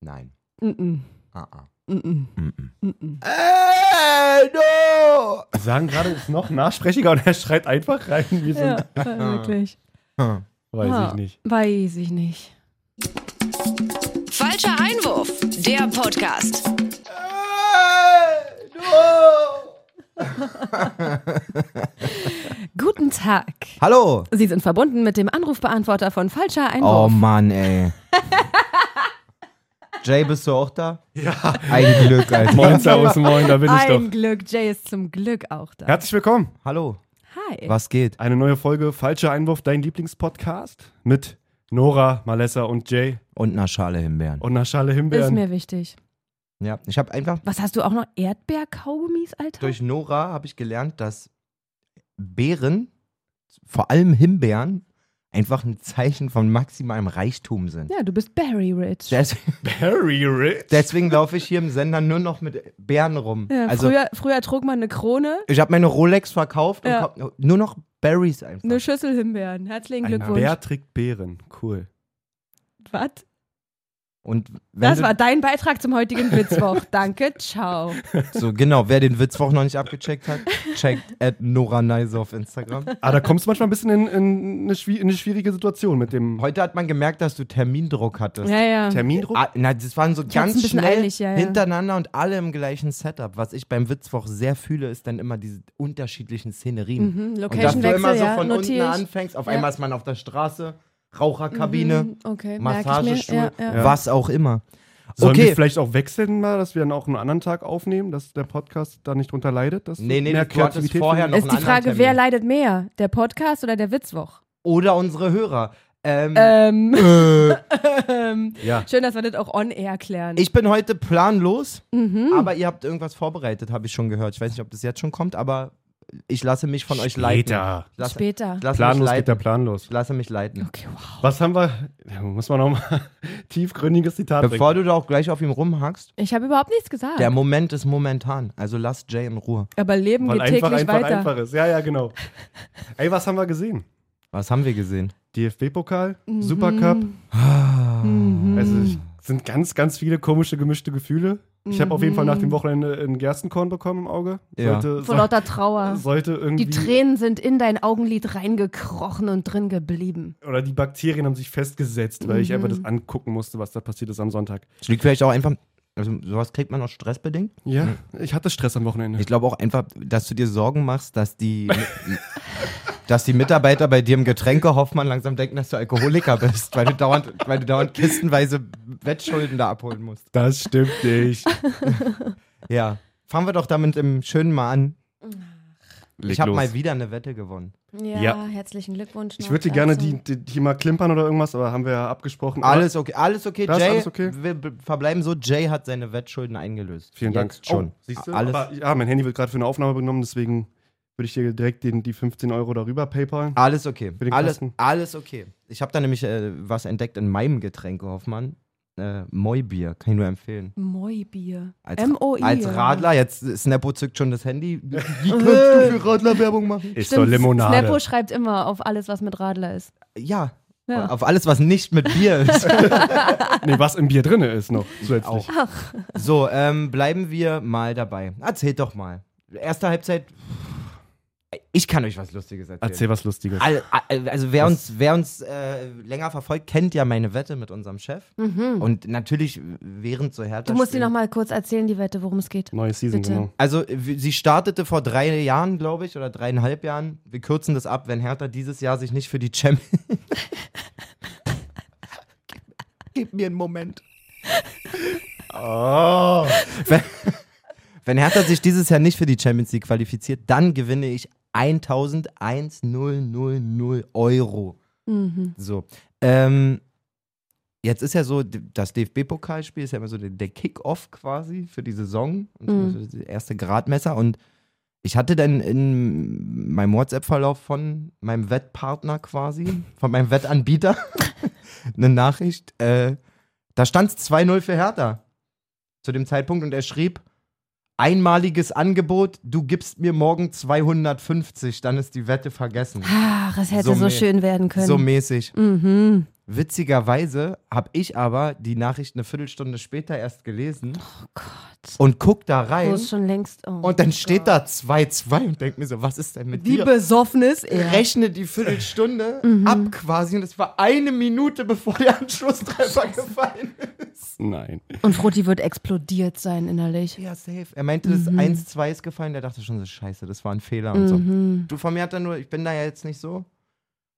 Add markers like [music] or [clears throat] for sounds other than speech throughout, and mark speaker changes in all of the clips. Speaker 1: Nein.
Speaker 2: Mm
Speaker 1: Ah, ah.
Speaker 2: -mm, mm
Speaker 1: Mm-mm.
Speaker 2: -mm, mm -mm.
Speaker 1: Ey, no!
Speaker 3: Wir sagen gerade, es ist noch nachsprechiger und er schreit einfach rein. Wie so
Speaker 2: Ja,
Speaker 3: ein,
Speaker 2: äh, wirklich.
Speaker 1: Hm.
Speaker 3: weiß
Speaker 2: Ah,
Speaker 3: ich nicht.
Speaker 2: Weiß ich nicht.
Speaker 4: Falscher Einwurf, der Podcast.
Speaker 1: Ey, no!
Speaker 2: Guten Tag.
Speaker 1: Hallo!
Speaker 2: Sie sind verbunden mit dem Anrufbeantworter von Falscher
Speaker 1: Oh
Speaker 2: Einwurf.
Speaker 1: Mann, ey. Jay, bist du auch da? Ja. Ein Glück, Alter.
Speaker 3: [laughs] Moin, Servus, moin, da bin ich
Speaker 2: Ein
Speaker 3: doch.
Speaker 2: Glück, Jay ist zum Glück auch da.
Speaker 3: Herzlich willkommen.
Speaker 1: Hallo,
Speaker 2: Hi.
Speaker 1: was geht?
Speaker 3: Eine neue Folge Falscher Einwurf, dein Lieblingspodcast mit Nora, Malessa und Jay
Speaker 1: Und einer Schale Himbeeren.
Speaker 3: und einer Schale
Speaker 2: Ist
Speaker 3: Himbeeren.
Speaker 2: mir wichtig.
Speaker 1: Ja, ich habe einfach
Speaker 2: Was hast du auch noch? Erdbeerkaugummis, Alter?
Speaker 1: durch Nora habe ich gelernt, dass Beeren, vor allem Himbeeren, einfach ein Zeichen von maximalem Reichtum sind.
Speaker 2: ja, du bist Barry Rich.
Speaker 1: Deswegen,
Speaker 3: Barry Rich.
Speaker 1: deswegen laufe ich hier im Sender nur noch mit Beeren rum.
Speaker 2: Ja,
Speaker 1: also
Speaker 2: früher, früher trug man eine Krone,
Speaker 1: ich habe meine Rolex verkauft und
Speaker 2: Ja.
Speaker 1: kau- nur noch Berries einfach.
Speaker 2: eine Schüssel Himbeeren. Herzlichen
Speaker 1: Ein
Speaker 2: Glückwunsch.
Speaker 3: Bär trägt Beeren. Cool.
Speaker 2: Was?
Speaker 1: Und wenn
Speaker 2: Das
Speaker 1: du,
Speaker 2: war dein Beitrag zum
Speaker 1: [laughs]
Speaker 2: heutigen Witzwoch. Danke, ciao.
Speaker 1: so genau, wer den Witzwoch noch nicht abgecheckt hat, checkt at Nora Neise auf Instagram.
Speaker 3: Ah, da kommst du manchmal ein bisschen in, in, eine, schwi- in eine schwierige Situation mit dem
Speaker 1: Heute hat man gemerkt, dass du Termindruck hattest.
Speaker 2: Ja, ja.
Speaker 3: Termindruck.
Speaker 1: Ah, na, das waren so
Speaker 2: ein
Speaker 1: ganz
Speaker 2: bisschen
Speaker 1: schnell
Speaker 2: eilig, ja, ja.
Speaker 1: hintereinander und alle im gleichen Setup. Was ich beim Witzwoch sehr fühle, ist dann immer diese unterschiedlichen Szenerien. und dass du
Speaker 2: Mhm. Location-Wechsel,
Speaker 1: immer so
Speaker 2: ja,
Speaker 1: von unten
Speaker 2: notiere ich.
Speaker 1: anfängst, auf
Speaker 2: Ja.
Speaker 1: einmal ist man auf der Straße, Raucherkabine,
Speaker 2: Mhm, Okay, merk ich
Speaker 1: Massagestuhl,
Speaker 2: mir. Ja, ja.
Speaker 1: was auch immer.
Speaker 3: Sollen
Speaker 1: okay.
Speaker 3: wir vielleicht auch wechseln mal, dass wir dann auch einen anderen Tag aufnehmen, dass der Podcast da nicht drunter leidet? Dass
Speaker 1: Nee, nee,
Speaker 3: mehr
Speaker 1: du hattest
Speaker 3: Kreativität
Speaker 1: vorher
Speaker 3: findet?
Speaker 1: noch
Speaker 2: Ist die
Speaker 1: einen anderen
Speaker 2: Frage, wer
Speaker 1: Termin.
Speaker 2: leidet mehr? Der Podcast oder der Witzwoch?
Speaker 1: Oder unsere Hörer. Ähm,
Speaker 2: Ähm, [laughs]
Speaker 1: äh,
Speaker 2: ähm,
Speaker 1: ja.
Speaker 2: schön, dass wir das auch on-air klären.
Speaker 1: Ich bin heute planlos,
Speaker 2: mhm.
Speaker 1: aber ihr habt irgendwas vorbereitet, habe ich schon gehört. Ich weiß nicht, ob das jetzt schon kommt, aber ich lasse mich von euch leiten.
Speaker 3: Später.
Speaker 1: Ich lasse,
Speaker 2: Später.
Speaker 1: ich lasse mich
Speaker 3: Planlos geht der
Speaker 1: leiten.
Speaker 3: Plan los.
Speaker 1: Ich lasse mich leiten.
Speaker 2: Okay, wow.
Speaker 3: Was haben wir? Ja, muss man nochmal [laughs] tiefgründiges Zitat
Speaker 1: Bevor
Speaker 3: bringen.
Speaker 1: du da auch gleich auf ihm rumhackst,
Speaker 2: Ich habe überhaupt nichts gesagt.
Speaker 1: der Moment ist momentan. Also lass Jay in Ruhe.
Speaker 2: aber Leben
Speaker 3: Weil
Speaker 2: geht
Speaker 3: einfach,
Speaker 2: täglich
Speaker 3: einfach,
Speaker 2: weiter.
Speaker 3: einfach ist. Ja, ja,
Speaker 2: [laughs]
Speaker 3: genau. Ey, was haben wir gesehen?
Speaker 1: Was haben wir gesehen?
Speaker 3: DFB-Pokal,
Speaker 2: Mhm.
Speaker 3: Supercup. Also es sind ganz, ganz viele komische, gemischte Gefühle. Ich habe auf jeden Fall nach
Speaker 2: Mhm.
Speaker 3: dem Wochenende ein Gerstenkorn bekommen im Auge.
Speaker 1: Ja.
Speaker 3: Sollte,
Speaker 2: Vor lauter Trauer.
Speaker 3: sollte irgendwie...
Speaker 2: Die Tränen sind in dein Augenlid reingekrochen und drin geblieben.
Speaker 3: oder die Bakterien haben sich festgesetzt, weil ich einfach
Speaker 2: Mhm.
Speaker 3: das angucken musste, was da passiert ist am Sonntag.
Speaker 1: Es liegt vielleicht auch einfach, also sowas kriegt man auch stressbedingt.
Speaker 3: Ja, ich hatte Stress am Wochenende.
Speaker 1: Ich glaube auch einfach, dass du dir Sorgen machst, dass die, dass die Mitarbeiter bei dir im Getränkehoffmann langsam denken, dass du Alkoholiker bist, weil du dauernd, weil du dauernd kistenweise Wettschulden da abholen musst.
Speaker 3: Das stimmt
Speaker 2: [laughs]
Speaker 3: nicht.
Speaker 1: Ja. Fangen wir doch damit im Schönen mal an.
Speaker 3: Leg
Speaker 1: ich habe
Speaker 3: los.
Speaker 1: mal wieder eine Wette gewonnen.
Speaker 2: Ja,
Speaker 3: Ja.
Speaker 2: herzlichen Glückwunsch.
Speaker 3: Ich würde dir gerne die, die, die mal klimpern oder irgendwas, aber haben wir ja abgesprochen. Aber-
Speaker 1: Alles okay, alles okay,
Speaker 3: Das ist
Speaker 1: Jay.
Speaker 3: alles okay.
Speaker 1: Wir b- verbleiben so, Jay hat seine Wettschulden eingelöst.
Speaker 3: Vielen Dank.
Speaker 1: Jetzt schon.
Speaker 3: Oh, siehst du?
Speaker 1: Alles,
Speaker 3: Aber, ja, mein Handy wird gerade für eine Aufnahme genommen, deswegen würde ich dir direkt den, die 15 Euro darüber PayPal.
Speaker 1: alles okay.
Speaker 3: Für den
Speaker 1: Alles,
Speaker 3: Kasten.
Speaker 1: alles okay. Ich habe da nämlich äh, was entdeckt in meinem Getränke, Hoffmann. Äh, Moibier, kann ich nur empfehlen.
Speaker 2: Moibier.
Speaker 1: Als,
Speaker 2: M-O-I.
Speaker 1: als Radler, jetzt äh, Snappo zückt schon das Handy.
Speaker 2: [laughs]
Speaker 1: Wie kannst
Speaker 2: Äh.
Speaker 1: du für Radler-Werbung machen?
Speaker 3: Ist
Speaker 2: Stimmt, Snappo schreibt immer auf alles, was mit Radler ist.
Speaker 1: Ja.
Speaker 2: Ja.
Speaker 1: Auf alles, was nicht mit Bier ist. [laughs]
Speaker 3: [laughs] Nee, was im Bier drin ist noch zusätzlich.
Speaker 1: Auch. So, ähm, bleiben wir mal dabei. Erzählt doch mal. Erste Halbzeit. Ich kann euch was Lustiges erzählen.
Speaker 3: Erzähl was Lustiges.
Speaker 1: All- all- Also wer uns, wer uns äh, länger verfolgt, kennt ja meine Wette mit unserem Chef. Und natürlich während so Hertha
Speaker 2: Mhm. Du musst dir
Speaker 1: spielen-
Speaker 2: nochmal kurz erzählen, die Wette, worum es geht.
Speaker 3: Neue Season,
Speaker 2: Bitte.
Speaker 3: genau.
Speaker 1: Also w- sie startete vor drei Jahren, glaube ich, oder dreieinhalb Jahren. Wir kürzen das ab, wenn Hertha dieses Jahr sich nicht für die Champions... [laughs] Gib mir einen Moment. Oh. Wenn, wenn Hertha sich dieses Jahr nicht für die Champions League qualifiziert, dann gewinne ich 1.1000 Euro.
Speaker 2: Mhm.
Speaker 1: So. Ähm, jetzt ist ja so, d- das DFB-Pokalspiel ist ja immer so der, der Kick-Off quasi für die Saison. Und
Speaker 2: Mhm.
Speaker 1: so das erste Gradmesser. Und ich hatte dann in meinem WhatsApp-Verlauf von meinem Wettpartner quasi, von meinem Wettanbieter, [laughs] eine Nachricht. Äh, da stand es 2-0 für Hertha zu dem Zeitpunkt und er schrieb, einmaliges Angebot, du gibst mir morgen 250, dann ist die Wette vergessen.
Speaker 2: Ach, es hätte
Speaker 1: So
Speaker 2: so,
Speaker 1: mä-
Speaker 2: schön werden können.
Speaker 1: So mäßig.
Speaker 2: mhm.
Speaker 1: Witzigerweise habe ich aber die Nachricht eine Viertelstunde später erst gelesen
Speaker 2: Oh Gott.
Speaker 1: und guck da
Speaker 2: Wo
Speaker 1: rein
Speaker 2: ist schon längst. Oh.
Speaker 1: und dann steht da 2-2 und denk mir so, was ist denn mit
Speaker 2: Wie Mhm.
Speaker 1: dir?
Speaker 2: besoffen ist er?
Speaker 1: Rechne die Viertelstunde ab quasi und es war eine Minute, bevor der Anschlusstreffer gefallen ist.
Speaker 3: Nein. [laughs]
Speaker 2: Und Frutti wird explodiert sein innerlich.
Speaker 1: Ja, safe. Er meinte, das 1-2 ist gefallen. Der dachte schon so, scheiße, das war ein Fehler und so.
Speaker 2: Mhm.
Speaker 1: Du, von mir hat er nur, ich bin da ja jetzt nicht so,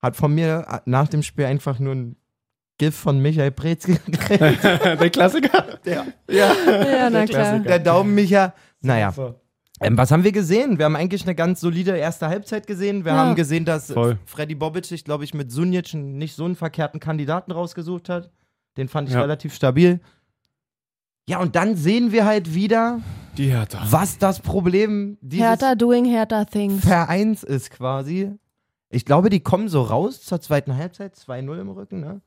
Speaker 1: hat von mir äh, nach dem Spiel einfach nur ein GIF von Michael Preetz [laughs] gekriegt.
Speaker 3: Der Klassiker.
Speaker 2: [laughs]
Speaker 1: ja. ja.
Speaker 2: Ja, na klar.
Speaker 3: Klassiker.
Speaker 1: Der Daumen Micha. Naja,
Speaker 3: So.
Speaker 1: ähm, was haben wir gesehen? Wir haben eigentlich eine ganz solide erste Halbzeit gesehen. Wir
Speaker 2: Ja.
Speaker 1: haben gesehen, dass
Speaker 3: Voll.
Speaker 1: Freddy Bobic, ich glaube ich, mit Sunic einen nicht so einen verkehrten Kandidaten rausgesucht hat. Den fand ich
Speaker 3: Ja.
Speaker 1: relativ stabil. Ja, und dann sehen wir halt wieder,
Speaker 3: Die Hertha.
Speaker 1: was das Problem dieses
Speaker 2: Hertha doing Hertha things.
Speaker 1: Vereins ist quasi. Ich glaube, die kommen so raus zur zweiten Halbzeit, 2-0 im Rücken, ne?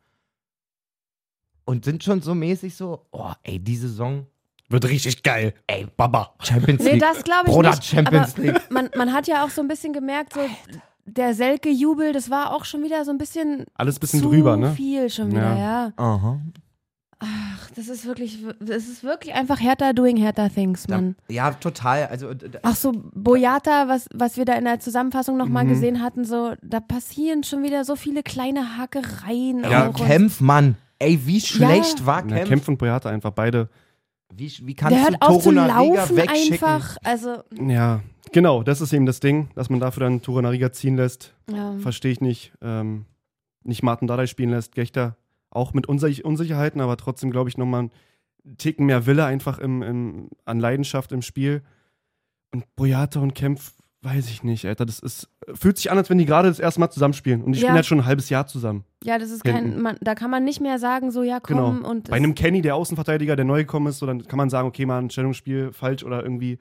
Speaker 1: Und sind schon so mäßig so, oh, ey, die Saison,
Speaker 3: Wird richtig geil. Ey, Baba.
Speaker 1: Champions
Speaker 2: Nee,
Speaker 1: League.
Speaker 2: das glaube ich
Speaker 1: Bruder,
Speaker 2: nicht.
Speaker 1: Champions
Speaker 2: aber
Speaker 1: League.
Speaker 2: Man, man hat ja auch so ein bisschen gemerkt, so der Selke-Jubel, das war auch schon wieder so ein bisschen
Speaker 3: Alles bisschen
Speaker 2: zu
Speaker 3: drüber, ne?
Speaker 2: viel schon wieder, ja.
Speaker 1: Aha.
Speaker 2: Ach, das ist wirklich, das ist wirklich einfach Hertha doing Hertha things,
Speaker 1: Da,
Speaker 2: Mann.
Speaker 1: ja, total. Also, d- d-
Speaker 2: Ach so, Boyata, was, was wir da in der Zusammenfassung
Speaker 3: Mhm.
Speaker 2: nochmal mal gesehen hatten, so, da passieren schon wieder so viele kleine Hackereien.
Speaker 1: ja,
Speaker 2: auch und-
Speaker 1: Kempf, Mann. Ey, wie schlecht war
Speaker 3: Na,
Speaker 1: Kempf?
Speaker 3: Kempf und Boyata einfach beide.
Speaker 1: Wie, sch- wie kannst
Speaker 2: Der hört
Speaker 1: du
Speaker 2: auf zu
Speaker 1: Torunariga
Speaker 2: laufen
Speaker 1: wegschicken?
Speaker 2: einfach. Also,
Speaker 3: Ja, genau. Das ist eben das Ding, dass man dafür dann Turanariga ziehen lässt.
Speaker 2: ja.
Speaker 3: Verstehe ich nicht. Ähm, nicht Martin Dardai spielen lässt. Gechter auch mit Unsich Unsicherheiten, aber trotzdem, glaube ich, nochmal einen Ticken mehr Wille einfach im, im, an Leidenschaft im Spiel. Und Boyata und Kempf, weiß ich nicht, Alter. Das ist, fühlt sich an, als wenn die gerade das erste Mal zusammenspielen. Und die
Speaker 2: Ja.
Speaker 3: spielen halt schon ein halbes Jahr zusammen.
Speaker 2: ja, das ist kein,
Speaker 3: Hinten.
Speaker 2: man, da kann man nicht mehr sagen, so, ja,
Speaker 3: Genau.
Speaker 2: komm und.
Speaker 3: Bei
Speaker 2: es-
Speaker 3: einem
Speaker 2: [laughs]
Speaker 3: Kenny, der Außenverteidiger, der neu gekommen ist, so, dann kann man sagen, okay, mal ein Stellungsspiel falsch oder irgendwie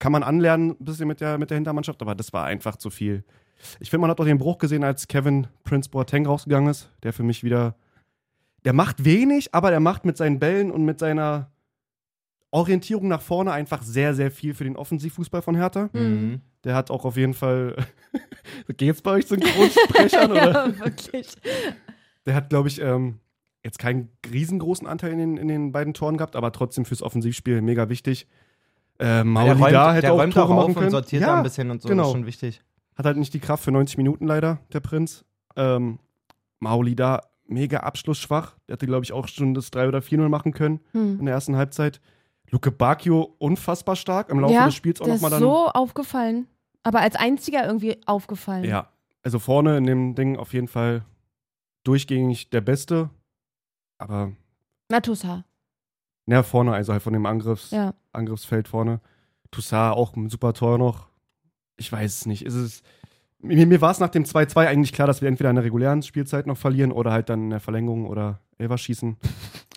Speaker 3: kann man anlernen, ein bisschen mit der, mit der Hintermannschaft, aber das war einfach zu viel. Ich finde, man hat auch den Bruch gesehen, als Kevin Prince Boateng rausgegangen ist, der für mich wieder, der macht wenig, aber der macht mit seinen Bällen und mit seiner Orientierung nach vorne einfach sehr, sehr viel für den Offensivfußball von Hertha.
Speaker 2: Hm.
Speaker 1: Mhm.
Speaker 3: Der hat auch auf jeden Fall, [laughs] geht's bei euch Synchronsprechern oder?
Speaker 2: ja, wirklich.
Speaker 3: Der hat, glaube ich, ähm, jetzt keinen riesengroßen Anteil in den, in den beiden Toren gehabt, aber trotzdem fürs Offensivspiel mega wichtig. Äh,
Speaker 1: Der
Speaker 3: Mauli
Speaker 1: räumt,
Speaker 3: da
Speaker 1: der
Speaker 3: hätte auch
Speaker 1: räumt
Speaker 3: Tore
Speaker 1: auch
Speaker 3: machen
Speaker 1: auf
Speaker 3: können.
Speaker 1: und sortiert da
Speaker 3: ja,
Speaker 1: ein bisschen und so,
Speaker 3: genau.
Speaker 1: ist schon wichtig.
Speaker 3: hat halt nicht die Kraft für 90 Minuten leider, der Prinz. Ähm, Mauli da mega abschlussschwach. Der hätte, glaube ich, auch schon das 3 oder 4-0 machen können
Speaker 2: Hm.
Speaker 3: in der ersten Halbzeit. Luke Bacchio unfassbar stark. Im Laufe
Speaker 2: Ja,
Speaker 3: des Spiels auch
Speaker 2: Der ist
Speaker 3: nochmal dann.
Speaker 2: so aufgefallen. Aber als einziger irgendwie aufgefallen.
Speaker 3: Ja, also vorne in dem Ding auf jeden Fall durchgängig der Beste. Aber
Speaker 2: Natusa.
Speaker 3: Ja, vorne, also halt von dem Angriffs,
Speaker 2: Ja.
Speaker 3: Angriffsfeld vorne. Toussaint auch ein super Tor noch. Ich weiß es nicht. Ist es, mir mir war es nach dem 2-2 eigentlich klar, dass wir entweder in der regulären Spielzeit noch verlieren oder halt dann in der Verlängerung oder Elfer schießen.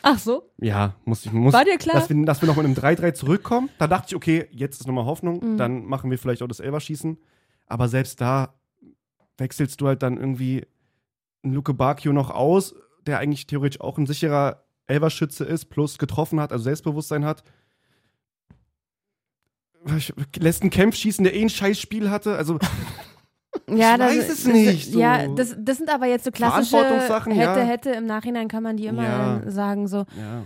Speaker 2: Ach so,
Speaker 3: Ja, muss ich, muss.
Speaker 2: war dir klar?
Speaker 3: Dass wir, dass wir noch mit einem 3-3 zurückkommen. Da dachte ich, okay, jetzt ist nochmal Hoffnung.
Speaker 2: Mhm.
Speaker 3: Dann machen wir vielleicht auch das Elverschießen. Aber selbst da wechselst du halt dann irgendwie einen Luke Bakio noch aus, der eigentlich theoretisch auch ein sicherer Elverschütze ist, plus getroffen hat, also Selbstbewusstsein hat. Lässt einen Kempf schießen, der eh ein scheiß Spiel hatte.
Speaker 2: [laughs]
Speaker 3: Also,
Speaker 2: ja,
Speaker 3: ich
Speaker 2: das,
Speaker 3: weiß es
Speaker 2: das,
Speaker 3: nicht, so.
Speaker 2: Ja, das, das sind aber jetzt so klassische
Speaker 3: Verantwortungssachen,
Speaker 2: hätte,
Speaker 3: ja.
Speaker 2: hätte. Im Nachhinein kann man die immer
Speaker 3: Ja.
Speaker 2: äh, sagen so.
Speaker 3: ja.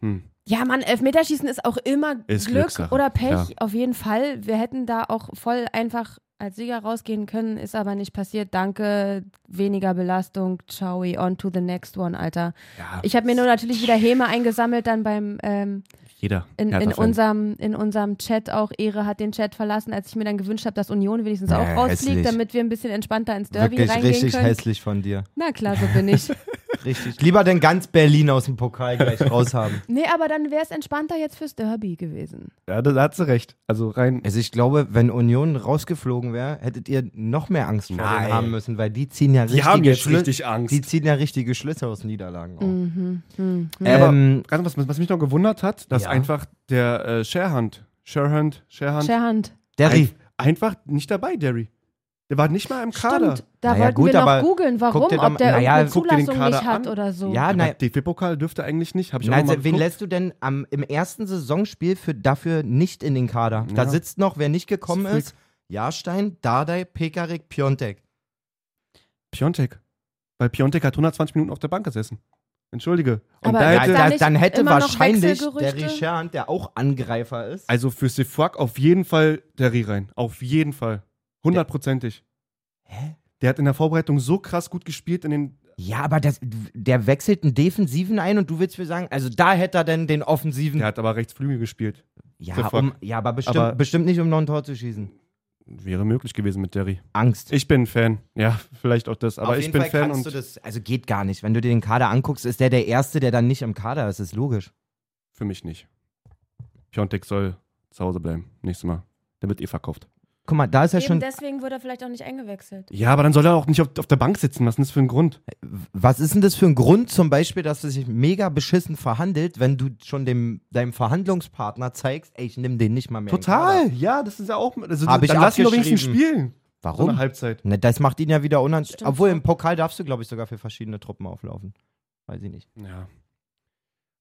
Speaker 3: Hm.
Speaker 2: Ja, Mann, Elfmeterschießen ist auch immer
Speaker 3: Ist
Speaker 2: Glück
Speaker 3: Glückssache,
Speaker 2: oder Pech.
Speaker 3: klar.
Speaker 2: Auf jeden Fall. Wir hätten da auch voll einfach als Sieger rausgehen können, ist aber nicht passiert. Danke, weniger Belastung. Ciao, on to the next one, Alter.
Speaker 3: ja
Speaker 2: Ich habe mir nur natürlich wieder Häme eingesammelt, dann beim ähm,
Speaker 3: jeder.
Speaker 2: in, in,
Speaker 3: Hertha-Fan.
Speaker 2: unserem, in unserem Chat auch Ehre hat den Chat verlassen, als ich mir dann gewünscht habe, dass Union wenigstens auch
Speaker 1: Äh,
Speaker 2: rausfliegt,
Speaker 1: hässlich.
Speaker 2: damit wir ein bisschen entspannter ins Derby
Speaker 1: Wirklich
Speaker 2: reingehen
Speaker 1: richtig
Speaker 2: können.
Speaker 1: hässlich von dir.
Speaker 2: Na klar, so bin ich.
Speaker 1: Richtig. Lieber denn ganz Berlin aus dem Pokal [laughs] gleich raushaben.
Speaker 2: Nee, aber dann wäre es entspannter jetzt fürs Derby gewesen.
Speaker 3: Ja, da, da hat sie recht. Also rein.
Speaker 1: Also ich glaube, wenn Union rausgeflogen wäre, hättet ihr noch mehr Angst vor
Speaker 3: Nein.
Speaker 1: denen haben müssen, weil die ziehen ja richtige Schlü-
Speaker 3: Angst.
Speaker 1: Die ziehen ja richtige Schlüsse aus Niederlagen. Auch.
Speaker 2: Mhm. Mhm.
Speaker 3: Ja, aber
Speaker 1: Ähm,
Speaker 3: ganz was, was mich noch gewundert hat, dass
Speaker 1: Ja.
Speaker 3: einfach der äh, Sherhand, Sherhand, Sherhand,
Speaker 2: Scherhand.
Speaker 1: Derry,
Speaker 3: ein, einfach nicht dabei, Derry. Der war nicht mal im Kader.
Speaker 2: Stimmt, da
Speaker 1: Naja,
Speaker 2: wollten
Speaker 1: gut,
Speaker 2: wir
Speaker 1: aber
Speaker 2: noch googeln, warum,
Speaker 1: guck dir doch
Speaker 2: ob
Speaker 1: mal-
Speaker 2: der
Speaker 1: naja,
Speaker 2: irgendeine
Speaker 3: guck dir den
Speaker 2: Zulassung
Speaker 3: Kader
Speaker 2: nicht hat
Speaker 3: an.
Speaker 2: oder so.
Speaker 1: Ja,
Speaker 3: Aber
Speaker 1: naja.
Speaker 3: DFB-Pokal dürfte eigentlich nicht. Hab ich auch
Speaker 1: Ah, nein,
Speaker 3: noch
Speaker 1: wen
Speaker 3: mal geguckt.
Speaker 1: lässt du denn am, im ersten Saisonspiel für dafür nicht in den Kader? Da
Speaker 3: Ja.
Speaker 1: sitzt noch, wer nicht gekommen
Speaker 3: Das ist
Speaker 1: ist, Jahrstein, Dardai, Pekarik, Piontek.
Speaker 3: Piontek. Weil Piontek hat 120 Minuten auf der Bank gesessen. Entschuldige. Und
Speaker 2: Aber
Speaker 3: da
Speaker 2: Ja,
Speaker 1: Ja,
Speaker 3: hätte,
Speaker 2: Äh, da
Speaker 1: da,
Speaker 2: nicht
Speaker 1: dann hätte
Speaker 2: immer noch
Speaker 1: wahrscheinlich der
Speaker 2: Wechselgerüchte?
Speaker 1: Richard, der auch Angreifer ist.
Speaker 3: also für Sefuak auf jeden Fall der Reh rein. Auf jeden Fall. Hundertprozentig.
Speaker 1: Hä?
Speaker 3: Der hat in der Vorbereitung so krass gut gespielt in den.
Speaker 1: Ja, aber das, der wechselt einen Defensiven ein und du willst mir sagen, also da hätte er denn den Offensiven.
Speaker 3: Der hat aber rechtsflügel gespielt.
Speaker 1: ja,
Speaker 3: Sofort.
Speaker 1: um, ja aber, bestimmt,
Speaker 3: Aber-
Speaker 1: bestimmt nicht, um noch ein Tor zu schießen.
Speaker 3: Wäre möglich gewesen mit Derry.
Speaker 1: Angst.
Speaker 3: Ich bin Fan. Ja, vielleicht auch das. Aber
Speaker 1: Auf
Speaker 3: ich
Speaker 1: jeden
Speaker 3: bin
Speaker 1: Fall
Speaker 3: Fan
Speaker 1: kannst
Speaker 3: und.
Speaker 1: du das, also geht gar nicht. Wenn du dir den Kader anguckst, ist der der Erste, der dann nicht im Kader ist. Ist logisch.
Speaker 3: Für mich nicht. Piontek soll zu Hause bleiben. Nächstes Mal. Der wird eh verkauft.
Speaker 1: Guck mal, da ist ja
Speaker 2: Eben
Speaker 1: schon,
Speaker 2: deswegen wurde er vielleicht auch nicht eingewechselt.
Speaker 3: Ja, aber dann soll er auch nicht auf, auf der Bank sitzen. Was ist denn das für ein Grund?
Speaker 1: was ist denn das für ein Grund zum Beispiel, dass es sich mega beschissen verhandelt, wenn du schon dem, deinem Verhandlungspartner zeigst, ey, ich nimm den nicht mal mehr. in den Kader.
Speaker 3: Ja, das ist ja auch. Also,
Speaker 1: Hab ich abgeschrieben.
Speaker 3: spielen. So
Speaker 1: Warum?
Speaker 3: eine Halbzeit.
Speaker 1: Na, das macht ihn ja wieder unanständig.
Speaker 2: Stimmt.
Speaker 1: Obwohl, im Pokal darfst du, glaube ich, sogar für verschiedene Truppen auflaufen. Weiß ich nicht.
Speaker 3: Ja.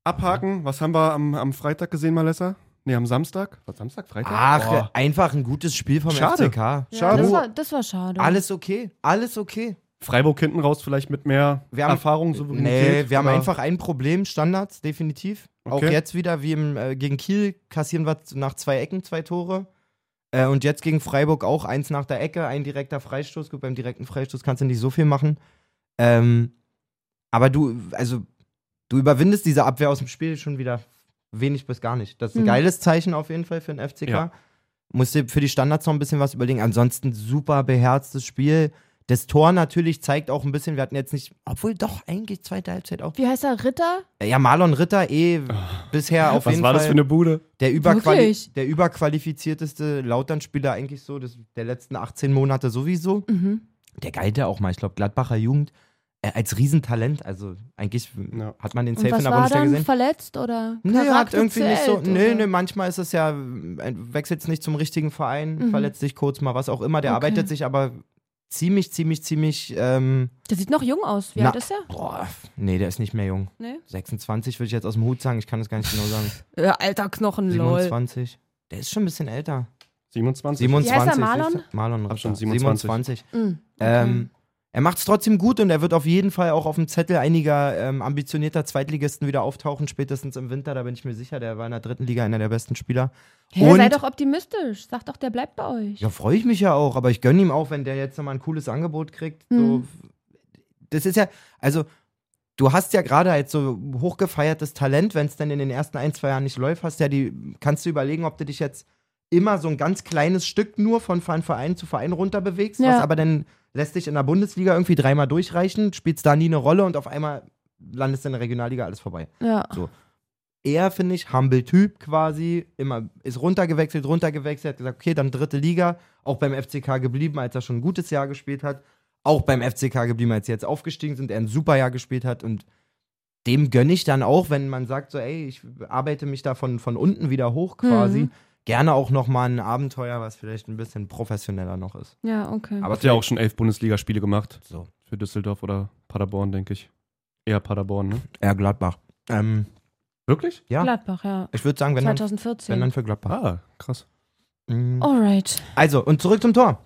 Speaker 3: Abhaken. Was haben wir am, am Freitag gesehen, Malessa? Nee, am Samstag. Was, Samstag? Freitag?
Speaker 1: Ach,
Speaker 3: Boah.
Speaker 1: einfach ein gutes Spiel vom
Speaker 3: Schade.
Speaker 1: FCK.
Speaker 2: Ja,
Speaker 3: Schade.
Speaker 2: Das, war, das war schade.
Speaker 1: Alles okay, alles okay.
Speaker 3: Freiburg hinten raus, vielleicht mit mehr
Speaker 1: Wir haben-
Speaker 3: Erfahrung, Souveränität.
Speaker 1: Nee, wir haben
Speaker 3: aber-
Speaker 1: einfach ein Problem, Standards, definitiv. Auch
Speaker 3: Okay.
Speaker 1: jetzt wieder, wie im, äh, gegen Kiel, kassieren wir nach zwei Ecken zwei Tore. Äh, und jetzt gegen Freiburg auch eins nach der Ecke, ein direkter Freistoß. Gut, beim direkten Freistoß kannst du nicht so viel machen. Ähm, aber du, also, du überwindest diese Abwehr aus dem Spiel schon wieder wenig bis gar nicht. Das ist ein
Speaker 2: Mhm.
Speaker 1: geiles Zeichen auf jeden Fall für den FCK.
Speaker 3: Ja.
Speaker 1: Musst dir für die Standards noch ein bisschen was überlegen. Ansonsten super beherztes Spiel. Das Tor natürlich zeigt auch ein bisschen, wir hatten jetzt nicht, obwohl doch eigentlich zweite Halbzeit auch.
Speaker 2: Wie heißt er? Ritter?
Speaker 1: Ja, Marlon Ritter eh bisher auf
Speaker 3: Was
Speaker 1: jeden
Speaker 3: war das
Speaker 1: Fall
Speaker 3: für eine Bude?
Speaker 1: der, überquali
Speaker 2: Wirklich?
Speaker 1: der überqualifizierteste Lautern-Spieler eigentlich so, des, der letzten 18 Monate sowieso.
Speaker 2: Mhm.
Speaker 1: Der galt ja auch mal, ich glaube, Gladbacher Jugend äh, als Riesentalent. Also eigentlich
Speaker 3: Ja.
Speaker 1: hat man den
Speaker 2: Und
Speaker 1: Safe in
Speaker 2: was
Speaker 1: der
Speaker 2: war
Speaker 1: Bundesliga
Speaker 2: dann?
Speaker 1: gesehen.
Speaker 2: Verletzt oder?
Speaker 1: Nee, hat
Speaker 2: Charakter
Speaker 1: irgendwie nicht so.
Speaker 2: zählt,
Speaker 1: Nee,
Speaker 2: oder?
Speaker 1: nee, manchmal ist es ja, wechselt es nicht zum richtigen Verein,
Speaker 2: Mhm.
Speaker 1: verletzt sich kurz mal, was auch immer. Der
Speaker 2: Okay.
Speaker 1: arbeitet sich aber ziemlich, ziemlich, ziemlich. Ähm,
Speaker 2: Der sieht noch jung aus. Wie
Speaker 1: Na-
Speaker 2: alt ist er?
Speaker 1: boah, nee, der ist nicht mehr jung.
Speaker 2: Nee.
Speaker 1: 26 würde ich jetzt aus dem Hut sagen, ich kann es gar nicht genau sagen.
Speaker 2: Ja, alter Knochen, [laughs] lol.
Speaker 1: 27. Der ist schon ein bisschen älter.
Speaker 3: 27.
Speaker 1: 27.
Speaker 2: Wie heißt er, Marlon?
Speaker 1: siehst du? Marlon
Speaker 3: Hab schon
Speaker 1: Ritter.
Speaker 3: 27.
Speaker 2: Mhm. Okay.
Speaker 1: Ähm, er macht es trotzdem gut und er wird auf jeden Fall auch auf dem Zettel einiger ähm, ambitionierter Zweitligisten wieder auftauchen, spätestens im Winter, da bin ich mir sicher. Der war in der dritten Liga einer der besten Spieler.
Speaker 2: Hä, sei
Speaker 1: und-
Speaker 2: doch optimistisch. Sag doch, der bleibt bei euch.
Speaker 1: Ja, freue ich mich ja auch, aber ich gönne ihm auch, wenn der jetzt nochmal ein cooles Angebot kriegt. So,
Speaker 2: Mhm.
Speaker 1: das ist ja, also, du hast ja gerade als so hochgefeiertes Talent, wenn es dann in den ersten ein, zwei Jahren nicht läuft, hast ja die, kannst du überlegen, ob du dich jetzt immer so ein ganz kleines Stück nur von Verein, Verein zu Verein runter bewegst,
Speaker 2: Ja.
Speaker 1: was aber dann lässt dich in der Bundesliga irgendwie dreimal durchreichen, spielst da nie eine Rolle und auf einmal landest du in der Regionalliga alles vorbei
Speaker 2: Ja.
Speaker 1: er, finde ich, humble Typ quasi, immer ist runtergewechselt, runtergewechselt, hat gesagt, okay, dann dritte Liga, auch beim FCK geblieben, als er schon ein gutes Jahr gespielt hat, auch beim FCK geblieben, als sie jetzt aufgestiegen sind, er ein super Jahr gespielt hat und dem gönne ich dann auch, wenn man sagt so, ey, ich arbeite mich da von, von unten wieder hoch quasi,
Speaker 2: Mhm.
Speaker 1: gerne auch nochmal ein Abenteuer, was vielleicht ein bisschen professioneller noch ist.
Speaker 2: Ja, okay.
Speaker 1: Aber
Speaker 3: Hat ja auch schon elf Bundesligaspiele gemacht.
Speaker 1: so,
Speaker 3: Für Düsseldorf oder Paderborn, denke ich. Eher Paderborn, ne?
Speaker 1: eher Gladbach. Ähm,
Speaker 3: Wirklich?
Speaker 1: ja.
Speaker 2: Gladbach, ja.
Speaker 1: ich würde sagen, wenn dann,
Speaker 2: 2014.
Speaker 1: wenn dann für Gladbach.
Speaker 3: Ah, krass.
Speaker 1: Mhm.
Speaker 2: Alright.
Speaker 1: Also, und zurück zum Tor.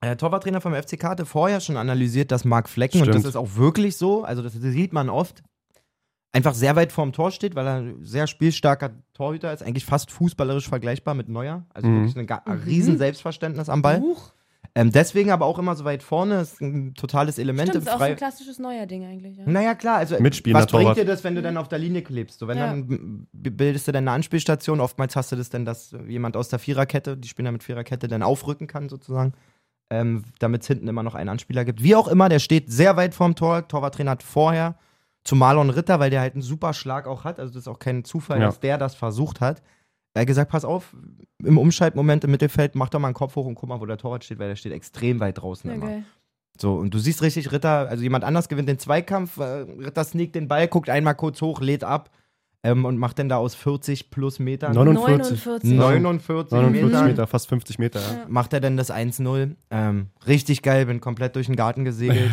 Speaker 1: Der Torwarttrainer vom FCK hatte vorher schon analysiert, dass Marc Flecken, und
Speaker 3: Stimmt.
Speaker 1: das ist auch wirklich so, also das sieht man oft, einfach sehr weit vorm Tor steht, weil er ein sehr spielstarker Torhüter ist, eigentlich fast fußballerisch vergleichbar mit Neuer. Also
Speaker 3: Mhm.
Speaker 1: wirklich ein ga- ein riesen Selbstverständnis am Ball.
Speaker 2: Huch.
Speaker 1: Ähm, deswegen aber auch immer so weit vorne, ist ein totales Element
Speaker 2: Stimmt,
Speaker 1: im
Speaker 2: ist auch so
Speaker 1: Frei.
Speaker 2: ein klassisches Neuer-Ding eigentlich. Ja.
Speaker 1: Naja, klar, also
Speaker 3: Mitspielender
Speaker 1: was bringt
Speaker 3: Torwart.
Speaker 1: dir das, wenn du dann auf der Linie klebst? So, wenn
Speaker 2: Ja.
Speaker 1: dann b- bildest du dann eine Anspielstation, oftmals hast du das dann, dass jemand aus der Viererkette, die Spieler mit Viererkette, dann aufrücken kann sozusagen, ähm, damit es hinten immer noch einen Anspieler gibt. Wie auch immer, der steht sehr weit vorm Tor, Torwarttrainer hat vorher zu Marlon Ritter, weil der halt einen super Schlag auch hat, also das ist auch kein Zufall,
Speaker 3: Ja.
Speaker 1: dass der das versucht hat. Er hat gesagt, pass auf, im Umschaltmoment im Mittelfeld, mach doch mal einen Kopf hoch und guck mal, wo der Torwart steht, weil der steht extrem weit draußen
Speaker 2: Ja,
Speaker 1: immer.
Speaker 2: geil.
Speaker 1: So, und du siehst richtig, Ritter, also jemand anders gewinnt den Zweikampf, äh, Ritter sneakt den Ball, guckt einmal kurz hoch, lädt ab ähm, und macht dann da aus 40 plus Metern,
Speaker 3: 49.
Speaker 1: 49,
Speaker 3: 49
Speaker 1: Metern,
Speaker 3: Meter, fast 50 Meter. Ja.
Speaker 1: macht er dann das 1-0. Ähm, richtig geil, bin komplett durch den Garten gesegelt.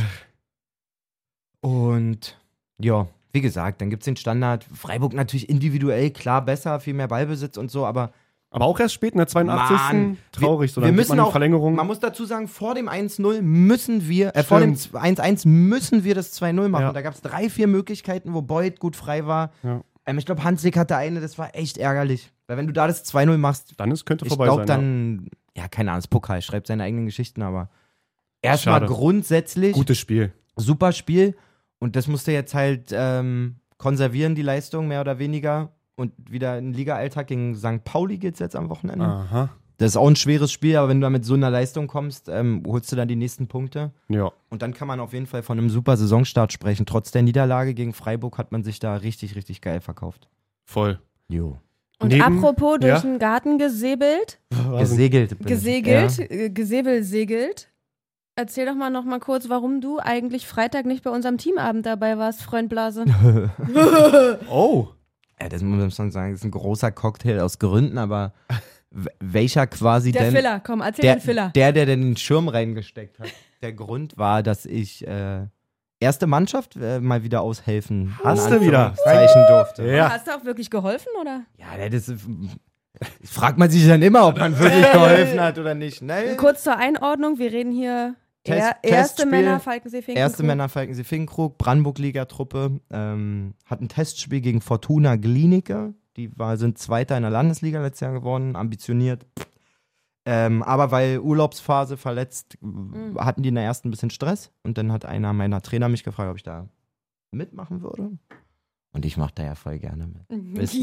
Speaker 1: und ja, wie gesagt, dann gibt es den Standard. Freiburg natürlich individuell klar besser, viel mehr Ballbesitz und so, aber
Speaker 3: Aber auch erst spät in der 82.
Speaker 1: Mann,
Speaker 3: Traurig, so
Speaker 1: wir, wir
Speaker 3: sieht
Speaker 1: müssen
Speaker 3: man eine
Speaker 1: auch,
Speaker 3: Verlängerung.
Speaker 1: Man muss dazu sagen, vor dem 1-0 müssen wir, äh, vor dem 1-1 müssen wir das 2-0 machen.
Speaker 3: Ja.
Speaker 1: Da gab es drei, vier Möglichkeiten, wo Boyd gut frei war.
Speaker 3: Ja.
Speaker 1: Ähm, ich glaube, Hanslik hatte eine, das war echt ärgerlich. Weil wenn du da das 2-0 machst,
Speaker 3: dann ist, könnte
Speaker 1: ich
Speaker 3: vorbei
Speaker 1: glaube
Speaker 3: sein. ja.
Speaker 1: dann, ja, keine Ahnung, das Pokal schreibt seine eigenen Geschichten, aber erstmal
Speaker 3: Schade.
Speaker 1: grundsätzlich
Speaker 3: Gutes Spiel.
Speaker 1: super Spiel und das musste jetzt halt ähm, konservieren, die Leistung mehr oder weniger. Und wieder in den Liga-Alltag gegen St. Pauli geht es jetzt am Wochenende.
Speaker 3: Aha.
Speaker 1: Das ist auch ein schweres Spiel, aber wenn du da mit so einer Leistung kommst, ähm, holst du dann die nächsten Punkte.
Speaker 3: Ja.
Speaker 1: Und dann kann man auf jeden Fall von einem super Saisonstart sprechen. Trotz der Niederlage gegen Freiburg hat man sich da richtig, richtig geil verkauft.
Speaker 3: Voll.
Speaker 1: Jo.
Speaker 2: Und
Speaker 3: Neben-
Speaker 2: apropos durch
Speaker 3: ja.
Speaker 2: den Garten gesäbelt,
Speaker 1: Gesegelt. bin ich.
Speaker 2: gesegelt,
Speaker 1: Ja.
Speaker 2: äh, gesäbelsegelt. Erzähl doch mal noch mal kurz, warum du eigentlich Freitag nicht bei unserem Teamabend dabei warst, Freund
Speaker 1: [laughs]
Speaker 2: Blase.
Speaker 3: Oh.
Speaker 1: Ja, das muss man schon sagen, das ist ein großer Cocktail aus Gründen, aber w- welcher quasi
Speaker 2: Der
Speaker 1: denn.
Speaker 2: Filler, komm, erzähl
Speaker 1: der,
Speaker 2: den Filler.
Speaker 1: der, der denn den Schirm reingesteckt hat. Der Grund war, dass ich äh, erste Mannschaft äh, mal wieder aushelfen.
Speaker 3: Hast
Speaker 1: in
Speaker 3: du wieder.
Speaker 1: Anführungszeichen durfte.
Speaker 2: Und
Speaker 3: Ja.
Speaker 2: Hast du auch wirklich geholfen, oder?
Speaker 1: Ja, das ist- fragt man sich dann immer, ob man wirklich geholfen hat oder nicht. Ne?
Speaker 2: Kurz zur Einordnung, wir reden hier
Speaker 1: Test-
Speaker 2: er, erste
Speaker 1: Testspiel.
Speaker 2: Männer, Falkensee, Finken.
Speaker 1: Erste Männer [laughs] Falkensee Finkenkrug, Brandenburg-Liga-Truppe, ähm, hat ein Testspiel gegen Fortuna Glienicke. Die war, sind Zweiter in der Landesliga letztes Jahr geworden, ambitioniert. Ähm, aber weil Urlaubsphase verletzt, w- hatten die in der ersten ein bisschen Stress. Und dann hat einer meiner Trainer mich gefragt, ob ich da mitmachen würde. Und ich mache da ja voll gerne mit.
Speaker 2: [laughs]
Speaker 1: Wisst-
Speaker 2: [laughs]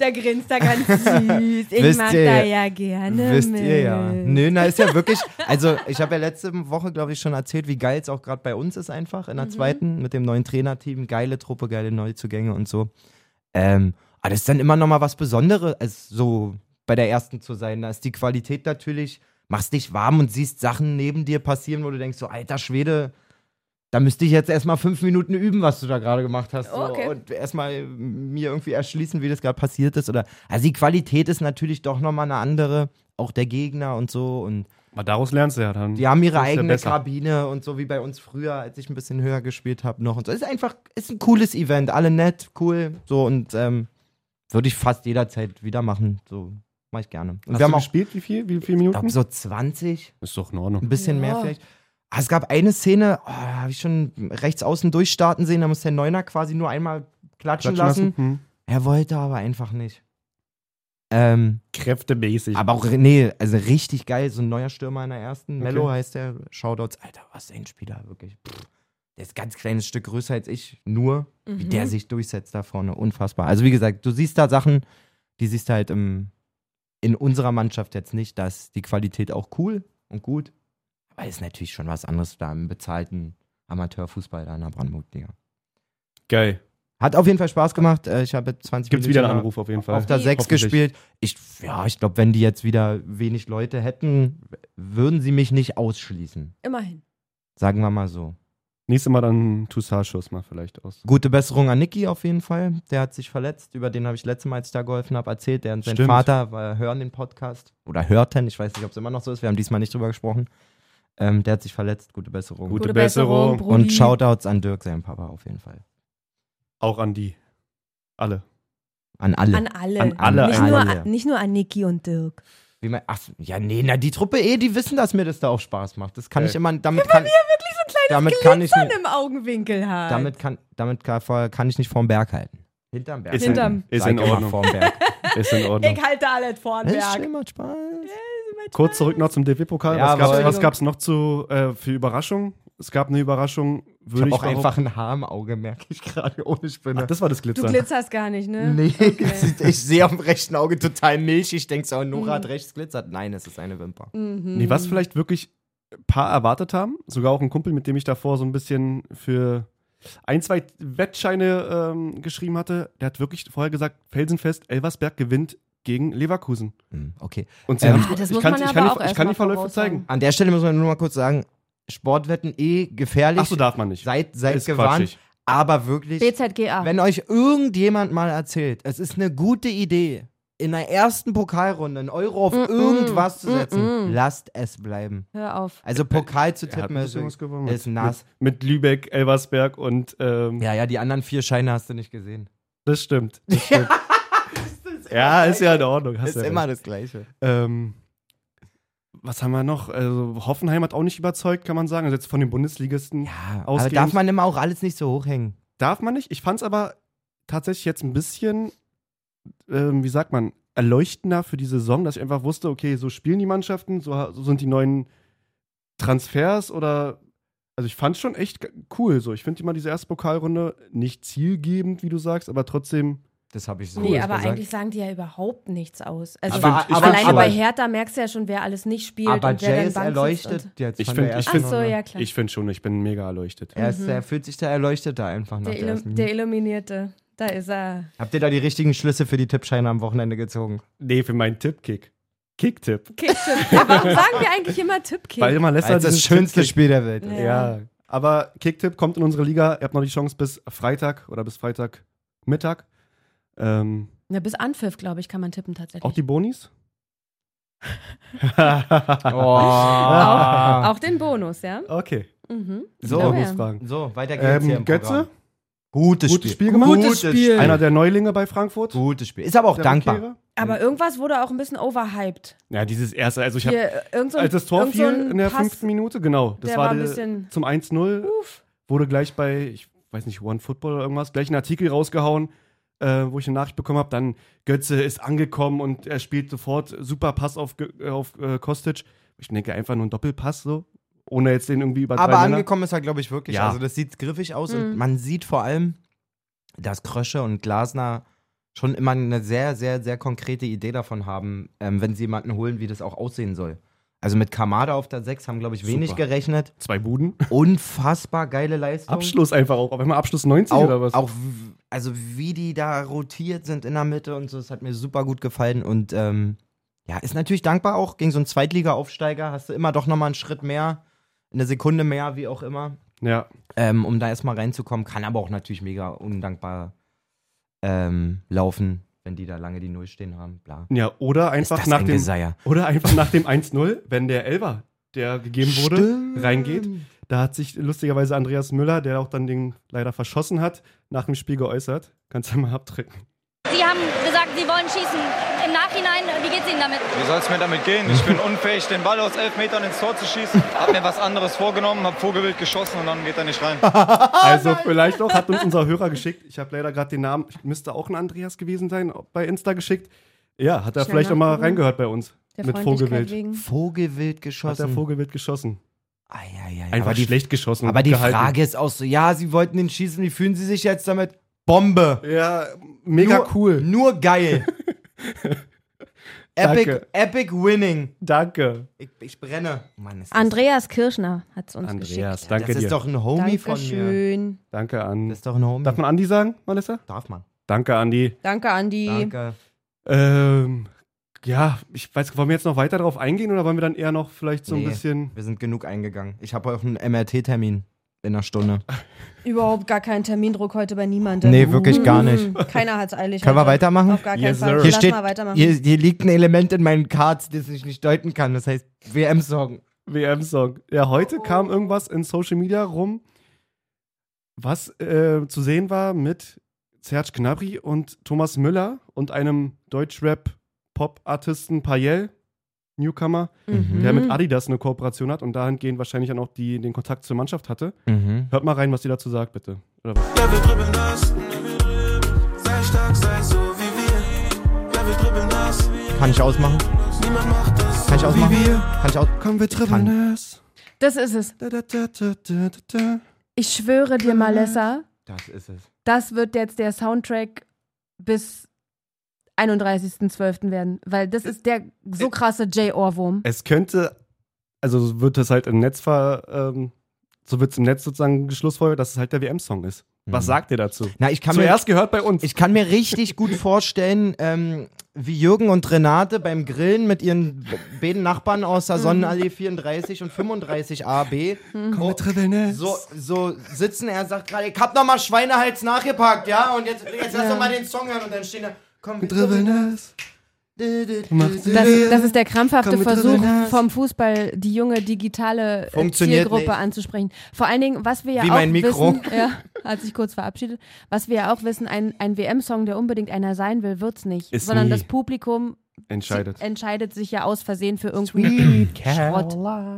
Speaker 2: da grinst er
Speaker 1: [laughs]
Speaker 2: ganz süß. Ich
Speaker 1: Wisst
Speaker 2: mag
Speaker 1: ihr ja.
Speaker 2: da ja gerne
Speaker 1: Wisst
Speaker 2: mit.
Speaker 1: ihr ja. Nö, na ist ja wirklich, also ich habe ja letzte Woche, glaube ich, schon erzählt, wie geil es auch gerade bei uns ist einfach in der zweiten mit dem neuen Trainerteam. Geile Truppe, geile Neuzugänge und so. Ähm, aber das ist dann immer nochmal was Besonderes, als so bei der ersten zu sein. Da ist die Qualität natürlich, machst dich warm und siehst Sachen neben dir passieren, wo du denkst, so alter Schwede, da müsste ich jetzt erstmal fünf Minuten üben, was du da gerade gemacht hast. So.
Speaker 2: Oh, okay.
Speaker 1: Und erstmal mir irgendwie erschließen, wie das gerade passiert ist. Oder also die Qualität ist natürlich doch nochmal eine andere, auch der Gegner und so. Und
Speaker 3: Aber daraus lernst du ja dann.
Speaker 1: die haben ihre
Speaker 3: Das ist ja
Speaker 1: eigene
Speaker 3: besser.
Speaker 1: Kabine und so wie bei uns früher, als ich ein bisschen höher gespielt habe, noch und so. Ist einfach, ist ein cooles Event, alle nett, cool, so und ähm, würde ich fast jederzeit wieder machen. So mache ich gerne. Und
Speaker 3: Hast
Speaker 1: wir haben
Speaker 3: du
Speaker 1: auch,
Speaker 3: gespielt, wie viel? Wie viele
Speaker 1: ich
Speaker 3: Minuten?
Speaker 1: glaube so 20,
Speaker 3: Ist doch in
Speaker 1: ein
Speaker 3: Ordnung.
Speaker 1: bisschen
Speaker 2: Ja.
Speaker 1: mehr vielleicht. Ah, es gab eine Szene, oh, da habe ich schon rechts außen durchstarten sehen, da muss der Neuner quasi nur einmal klatschen, lassen.
Speaker 3: Hm.
Speaker 1: Er wollte aber einfach nicht. Ähm,
Speaker 3: Kräftemäßig.
Speaker 1: aber auch, nee, also richtig geil, so ein neuer Stürmer in der ersten. Mello heißt der, Shoutouts. Alter, was ein Spieler, wirklich. Pff. Der ist ein ganz kleines Stück größer als ich, nur wie
Speaker 2: Mhm.
Speaker 1: der sich durchsetzt da vorne, unfassbar. Also wie gesagt, du siehst da Sachen, die siehst du halt im, in unserer Mannschaft jetzt nicht, dass die Qualität auch cool und gut, aber ist natürlich schon was anderes da im bezahlten Amateurfußball da in der Brandenburg-Liga.
Speaker 3: Geil.
Speaker 1: Hat auf jeden Fall Spaß gemacht. Äh, Ich habe jetzt 20
Speaker 3: Gibt's
Speaker 1: Minuten
Speaker 3: wieder einen Anruf auf jeden Fall.
Speaker 1: auf der 6
Speaker 3: Hoffentlich.
Speaker 1: gespielt. Ich, ja, ich glaube, wenn die jetzt wieder wenig Leute hätten, würden sie mich nicht ausschließen.
Speaker 2: Immerhin.
Speaker 1: Sagen wir mal so.
Speaker 3: Nächstes Mal dann Toussaint-Schuss mal vielleicht aus.
Speaker 1: Gute Besserung an Niki auf jeden Fall. Der hat sich verletzt. Über den habe ich letztes Mal, als ich da geholfen habe, erzählt. Der und sein
Speaker 3: Stimmt.
Speaker 1: Vater war, hören den Podcast. Oder hörten. Ich weiß nicht, ob es immer noch so ist. Wir haben diesmal nicht drüber gesprochen. Ähm, der hat sich verletzt. Gute Besserung.
Speaker 3: Gute Besserung.
Speaker 2: Brudi.
Speaker 1: Und Shoutouts an Dirk, seinen Papa, auf jeden Fall.
Speaker 3: Auch an die.
Speaker 1: [laughs]
Speaker 3: Alle.
Speaker 1: An alle.
Speaker 2: An alle.
Speaker 1: An alle
Speaker 2: nicht, nur,
Speaker 1: eigentlich.
Speaker 2: an- nicht nur an Niki und Dirk.
Speaker 1: Wie man, ach, ja, nee, na, die Truppe eh, die wissen, dass mir das da auch Spaß macht. Das kann
Speaker 3: Geil.
Speaker 1: ich immer, damit kann,
Speaker 2: Wirklich so ein
Speaker 1: damit kann ich nicht,
Speaker 2: kleiner im Augenwinkel hat.
Speaker 1: damit kann, damit kann, vor- kann ich nicht vorm Berg halten. Hinterm Berg.
Speaker 3: Ist
Speaker 1: halten.
Speaker 2: Hinterm.
Speaker 1: Sag
Speaker 3: Ist in
Speaker 1: ich immer,
Speaker 3: Ordnung.
Speaker 1: Vorm Berg.
Speaker 3: Ist in Ordnung.
Speaker 2: ich halte alles vor den
Speaker 1: Das
Speaker 2: [laughs] Berg.
Speaker 1: macht Spaß.
Speaker 3: Kurz zurück noch zum DFB-Pokal.
Speaker 1: Ja,
Speaker 3: was gab's,
Speaker 1: aber-
Speaker 3: was gab's noch zu, äh, für Überraschungen? Es gab eine Überraschung,
Speaker 1: Ich
Speaker 3: würde
Speaker 1: habe
Speaker 3: ich,
Speaker 1: auch
Speaker 3: behaupten-
Speaker 1: einfach ein Haar im Auge, merke ich gerade, ohne Spinne.
Speaker 3: Ach, das war das
Speaker 2: Du
Speaker 3: Glitzer.
Speaker 2: glitzerst gar nicht, ne?
Speaker 1: Nee, [laughs] ich sehe am rechten Auge total milchig. Ich denke so, Nora hat rechts glitzert. Nein, es ist eine Wimper.
Speaker 2: Mhm.
Speaker 3: Nee, was vielleicht wirklich ein paar erwartet haben, sogar auch ein Kumpel, mit dem ich davor so ein bisschen für ein, zwei Wettscheine ähm, geschrieben hatte, der hat wirklich vorher gesagt, felsenfest, Elversberg gewinnt gegen Leverkusen.
Speaker 1: Hm, Okay.
Speaker 3: Und sie
Speaker 1: Ähm,
Speaker 3: haben,
Speaker 2: Ah, das
Speaker 3: ich
Speaker 2: muss
Speaker 3: kann,
Speaker 2: man
Speaker 3: ich
Speaker 2: aber
Speaker 3: kann,
Speaker 2: auch
Speaker 3: die, ich kann die
Speaker 2: erst mal
Speaker 3: Verläufe zeigen.
Speaker 2: voraussagen.
Speaker 1: An der Stelle muss man nur mal kurz sagen, Sportwetten eh gefährlich.
Speaker 3: Ach so, darf man nicht.
Speaker 1: Seid, seid
Speaker 3: Ist
Speaker 1: gewarnt.
Speaker 3: quatschig.
Speaker 1: Aber wirklich,
Speaker 2: BZGA.
Speaker 1: Wenn euch irgendjemand mal erzählt, es ist eine gute Idee, in der ersten Pokalrunde einen Euro auf irgendwas zu setzen, lasst es bleiben.
Speaker 2: Hör auf.
Speaker 1: Also Pokal zu
Speaker 3: Er hat
Speaker 1: tippen
Speaker 3: ein
Speaker 1: ist,
Speaker 3: bisschen was gewonnen.
Speaker 1: ist nass.
Speaker 3: Mit, mit Lübeck, Elversberg und ähm,
Speaker 1: Ja, ja, die anderen vier Scheine hast du nicht gesehen.
Speaker 3: das stimmt.
Speaker 1: [laughs] Das ist
Speaker 3: Ja, ist ja in Ordnung. Hast
Speaker 1: Ist
Speaker 3: ja recht.
Speaker 1: immer das Gleiche.
Speaker 3: Ähm, was haben wir noch? Also, Hoffenheim hat auch nicht überzeugt, kann man sagen. Also jetzt von den Bundesligisten
Speaker 1: Ja, aber
Speaker 3: Ausgehend-
Speaker 1: darf man immer auch alles nicht so hochhängen.
Speaker 3: darf man nicht. Ich fand es aber tatsächlich jetzt ein bisschen, ähm, wie sagt man, erleuchtender für die Saison, dass ich einfach wusste, okay, so spielen die Mannschaften, so, ha- so sind die neuen Transfers oder. Also ich fand es schon echt g- cool. So, ich finde immer diese erste Pokalrunde nicht zielgebend, wie du sagst, aber trotzdem.
Speaker 1: Das habe ich so
Speaker 2: Nee,
Speaker 1: nicht
Speaker 2: aber
Speaker 1: gesagt.
Speaker 2: eigentlich sagen die ja überhaupt nichts aus. Also
Speaker 1: Aber-
Speaker 3: Ich find- ich
Speaker 2: alleine
Speaker 3: find
Speaker 2: bei
Speaker 3: schon.
Speaker 2: Hertha merkst du ja schon, wer alles nicht spielt
Speaker 1: aber
Speaker 2: und wer
Speaker 1: Jay
Speaker 2: dann
Speaker 1: ist
Speaker 2: Bank sitzt
Speaker 1: erleuchtet
Speaker 2: und-
Speaker 1: jetzt
Speaker 3: Ich
Speaker 1: von
Speaker 3: find-
Speaker 1: der
Speaker 3: ich
Speaker 1: ersten
Speaker 2: Ach so,
Speaker 1: Runde.
Speaker 2: ja klar.
Speaker 3: Ich finde schon, ich bin mega erleuchtet.
Speaker 1: Er, ist,
Speaker 2: Mhm.
Speaker 1: er fühlt sich da erleuchteter einfach nach
Speaker 2: der,
Speaker 1: der,
Speaker 2: Illu
Speaker 1: ersten.
Speaker 2: der Illuminierte. Da ist er.
Speaker 1: Habt ihr da die richtigen Schlüsse für die Tippscheine am Wochenende gezogen?
Speaker 3: Nee, für meinen Tippkick. Kicktipp.
Speaker 2: Kick [laughs] ja, warum sagen wir eigentlich immer Tippkick?
Speaker 3: Weil immer lässt
Speaker 1: Weil es das schönste Spiel der [laughs] Welt. ist.
Speaker 2: Ja.
Speaker 3: Ja. Aber Kicktipp kommt in unsere Liga. Ihr habt noch die Chance bis Freitag oder bis Freitagmittag. Ähm,
Speaker 2: Na, bis Anpfiff, glaube ich, kann man tippen tatsächlich.
Speaker 3: auch die [laughs] Bonis?
Speaker 1: Oh.
Speaker 2: auch den Bonus, ja?
Speaker 3: Okay.
Speaker 2: Mhm.
Speaker 1: So.
Speaker 2: Aber ja.
Speaker 3: Bonusfragen.
Speaker 1: So, weiter geht's hier
Speaker 3: Ähm,
Speaker 1: im
Speaker 3: Götze,
Speaker 1: Programm. Gutes,
Speaker 3: Gutes Spiel
Speaker 1: Spiel
Speaker 3: gemacht.
Speaker 1: Gutes
Speaker 2: Gutes
Speaker 1: Spiel.
Speaker 2: Spiel.
Speaker 3: einer der Neulinge bei Frankfurt.
Speaker 1: Gutes Spiel. Ist aber auch
Speaker 3: der
Speaker 1: dankbar.
Speaker 3: Rückkehrer.
Speaker 1: Hm.
Speaker 2: Aber irgendwas wurde auch ein bisschen overhyped.
Speaker 3: Ja, dieses erste, also ich habe,
Speaker 2: Hier, äh, irgend so ein,
Speaker 3: als das Tor
Speaker 2: irgend so
Speaker 3: fiel
Speaker 2: ein
Speaker 3: in der
Speaker 2: Pass,
Speaker 3: fünften Minute, genau, das
Speaker 2: der
Speaker 3: war,
Speaker 2: war ein
Speaker 3: der-
Speaker 2: bisschen-
Speaker 3: zum 1-0,
Speaker 2: Uff.
Speaker 3: wurde gleich bei, ich weiß nicht, One Football oder irgendwas, gleich ein Artikel rausgehauen, äh, wo ich eine Nachricht bekommen habe. Dann Götze ist angekommen und er spielt sofort super Pass auf, Gö- äh, auf äh, Kostic. Ich denke einfach nur ein Doppelpass so, ohne jetzt den irgendwie über drei
Speaker 1: Aber
Speaker 3: Männer.
Speaker 1: angekommen ist er, glaube ich, wirklich.
Speaker 3: Ja.
Speaker 1: Also das sieht griffig aus und
Speaker 2: Mhm.
Speaker 1: man sieht vor allem, dass Krösche und Glasner schon immer eine sehr, sehr, sehr konkrete Idee davon haben, ähm, wenn sie jemanden holen, wie das auch aussehen soll. Also mit Kamada auf der 6 haben, glaube ich, wenig
Speaker 3: Super.
Speaker 1: gerechnet.
Speaker 3: Zwei Buden.
Speaker 1: Unfassbar geile Leistung.
Speaker 3: Abschluss einfach auch. Auf einmal Abschluss 90
Speaker 1: Auch,
Speaker 3: oder was?
Speaker 1: auch w- also wie die da rotiert sind in der Mitte und so, das hat mir super gut gefallen. Und ähm, ja, ist natürlich dankbar auch gegen so einen Zweitliga-Aufsteiger, hast du immer doch nochmal einen Schritt mehr, eine Sekunde mehr, wie auch immer
Speaker 3: Ja.
Speaker 1: ähm, um da erstmal reinzukommen. Kann aber auch natürlich mega undankbar ähm, laufen, wenn die da lange die Null stehen haben. Bla.
Speaker 3: ja, oder einfach,
Speaker 1: das
Speaker 3: nach
Speaker 1: ein
Speaker 3: dem,
Speaker 1: Geseier?
Speaker 3: oder einfach nach dem 1-0, wenn der Elber, der gegeben wurde,
Speaker 1: Stimmt.
Speaker 3: reingeht. Da hat sich lustigerweise Andreas Müller, der auch dann den leider verschossen hat, nach dem Spiel geäußert. Kannst du mal abdrücken.
Speaker 5: Sie haben gesagt, Sie wollen schießen. Im Nachhinein, wie geht's Ihnen damit?
Speaker 6: Wie soll es mir damit gehen? Ich bin unfähig, den Ball aus elf Metern ins Tor zu schießen. Hab mir was anderes vorgenommen, hab Vogelwild geschossen und dann geht er nicht rein.
Speaker 2: Oh
Speaker 3: Also vielleicht auch hat uns unser Hörer geschickt. Ich habe leider gerade den Namen, ich müsste auch ein Andreas gewesen sein, bei Insta geschickt. Ja, hat er
Speaker 2: Schnell
Speaker 3: vielleicht auch mal
Speaker 2: nachgucken.
Speaker 3: reingehört bei uns.
Speaker 2: der
Speaker 3: mit
Speaker 2: Freundlichkeit
Speaker 3: Vogelwild.
Speaker 2: Wegen.
Speaker 1: Vogelwild
Speaker 3: Hat er
Speaker 1: geschossen.
Speaker 3: Vogelwild geschossen.
Speaker 1: Eieiei.
Speaker 3: Einfach
Speaker 1: aber die,
Speaker 3: schlecht geschossen. und
Speaker 1: aber die
Speaker 3: gehalten.
Speaker 1: Frage ist auch so: Ja, sie wollten den schießen, wie fühlen sie sich jetzt damit? Bombe.
Speaker 3: Ja, mega
Speaker 1: nur,
Speaker 3: cool.
Speaker 1: Nur
Speaker 3: [laughs]
Speaker 1: geil. epic,
Speaker 3: Danke.
Speaker 1: epic winning.
Speaker 3: Danke.
Speaker 1: Ich, ich brenne. Mann, ist das-
Speaker 2: Andreas Kirschner hat es uns
Speaker 3: Andreas,
Speaker 2: geschickt.
Speaker 1: Das
Speaker 3: danke
Speaker 1: ist
Speaker 3: dir.
Speaker 1: doch ein Homie von mir.
Speaker 2: Dankeschön.
Speaker 3: Danke an.
Speaker 1: Das ist doch ein Homie.
Speaker 3: Darf man Andi sagen, Vanessa?
Speaker 1: Darf man.
Speaker 3: Danke, Andi.
Speaker 2: Danke, Andi.
Speaker 1: Danke.
Speaker 3: Ähm, ja, ich weiß, wollen wir jetzt noch weiter drauf eingehen oder wollen wir dann eher noch vielleicht so ein
Speaker 1: Nee.
Speaker 3: bisschen.
Speaker 1: Wir sind genug eingegangen. Ich habe auch einen MRT-Termin in einer Stunde.
Speaker 2: Überhaupt gar keinen Termindruck heute bei niemandem.
Speaker 1: Nee, wirklich gar nicht.
Speaker 2: Mhm. Keiner hat's eilig.
Speaker 1: Können wir
Speaker 2: heute.
Speaker 1: weitermachen?
Speaker 2: Auf gar keinen
Speaker 3: Yes, sir.
Speaker 2: Fall.
Speaker 1: Hier,
Speaker 2: Lass
Speaker 1: steht,
Speaker 2: mal weitermachen.
Speaker 1: hier, hier liegt ein Element in meinen Cards, das ich nicht deuten kann. Das heißt WM-Sorgen.
Speaker 3: WM-Song. Ja, heute kam irgendwas in Social Media rum, was äh, zu sehen war mit Serge Gnabry und Thomas Müller und einem Deutschrap-Pop-Artisten Payel, Newcomer,
Speaker 2: Mhm.
Speaker 3: der mit Adidas eine Kooperation hat und dahingehend wahrscheinlich dann auch die, den Kontakt zur Mannschaft hatte.
Speaker 1: Mhm.
Speaker 3: Hört mal rein, was die dazu sagt, bitte. Oder was?
Speaker 7: Ja, wir dribbeln das. Sei stark, sei so wie wir. Ja, wir dribbeln das.
Speaker 1: Kann ich ausmachen?
Speaker 7: Niemand macht das.
Speaker 1: Kann ich
Speaker 7: so
Speaker 1: ausmachen?
Speaker 7: Wie wir.
Speaker 1: Kann ich aus
Speaker 3: Komm, wir dribbeln
Speaker 1: Kann.
Speaker 3: das.
Speaker 2: Das ist es.
Speaker 3: Da, da, da, da, da, da, da.
Speaker 2: Ich schwöre dir, Malessa,
Speaker 1: Das ist es.
Speaker 2: das wird jetzt der Soundtrack bis 31.12. werden, weil das ist der
Speaker 1: Äh,
Speaker 2: so krasse J-Ohrwurm.
Speaker 3: Es könnte, also so wird das halt im Netz ver, ähm, so wird es im Netz sozusagen geschlussfolgert, dass es halt der WM-Song ist. Was
Speaker 1: Mhm.
Speaker 3: sagt ihr dazu?
Speaker 1: Na, ich kann mir
Speaker 3: Zuerst gehört bei uns.
Speaker 1: Ich kann mir richtig gut vorstellen, ähm, wie Jürgen und Renate beim Grillen mit ihren beiden Nachbarn aus der
Speaker 2: [laughs]
Speaker 1: Sonnenallee 34 und 35 AB
Speaker 2: Mhm. Oh,
Speaker 1: um
Speaker 3: Komm, wir dribbeln es.
Speaker 1: so, so sitzen. Er sagt gerade, ich hab noch mal Schweinehals nachgepackt, ja? Und jetzt, jetzt lass doch mal den Song hören. Und dann stehen da, komm, wir dribbeln.
Speaker 3: es.
Speaker 2: Das, das ist der krampfhafte
Speaker 1: Äh, Komm mit drin
Speaker 2: Versuch
Speaker 1: in den Arsch.
Speaker 2: vom Fußball, die junge digitale äh,
Speaker 1: Funktioniert
Speaker 2: Zielgruppe
Speaker 1: nicht.
Speaker 2: anzusprechen. Vor allen Dingen, was wir ja
Speaker 1: Wie
Speaker 2: auch
Speaker 1: mein Mikro.
Speaker 2: wissen, ja, hat sich kurz verabschiedet, was wir ja auch wissen, ein, ein WM-Song, der unbedingt einer sein will, wird's nicht.
Speaker 3: Ist
Speaker 2: sondern
Speaker 3: nie.
Speaker 2: das Publikum
Speaker 3: Entscheidet.
Speaker 2: si- entscheidet sich ja aus Versehen für irgendeinen Schrott.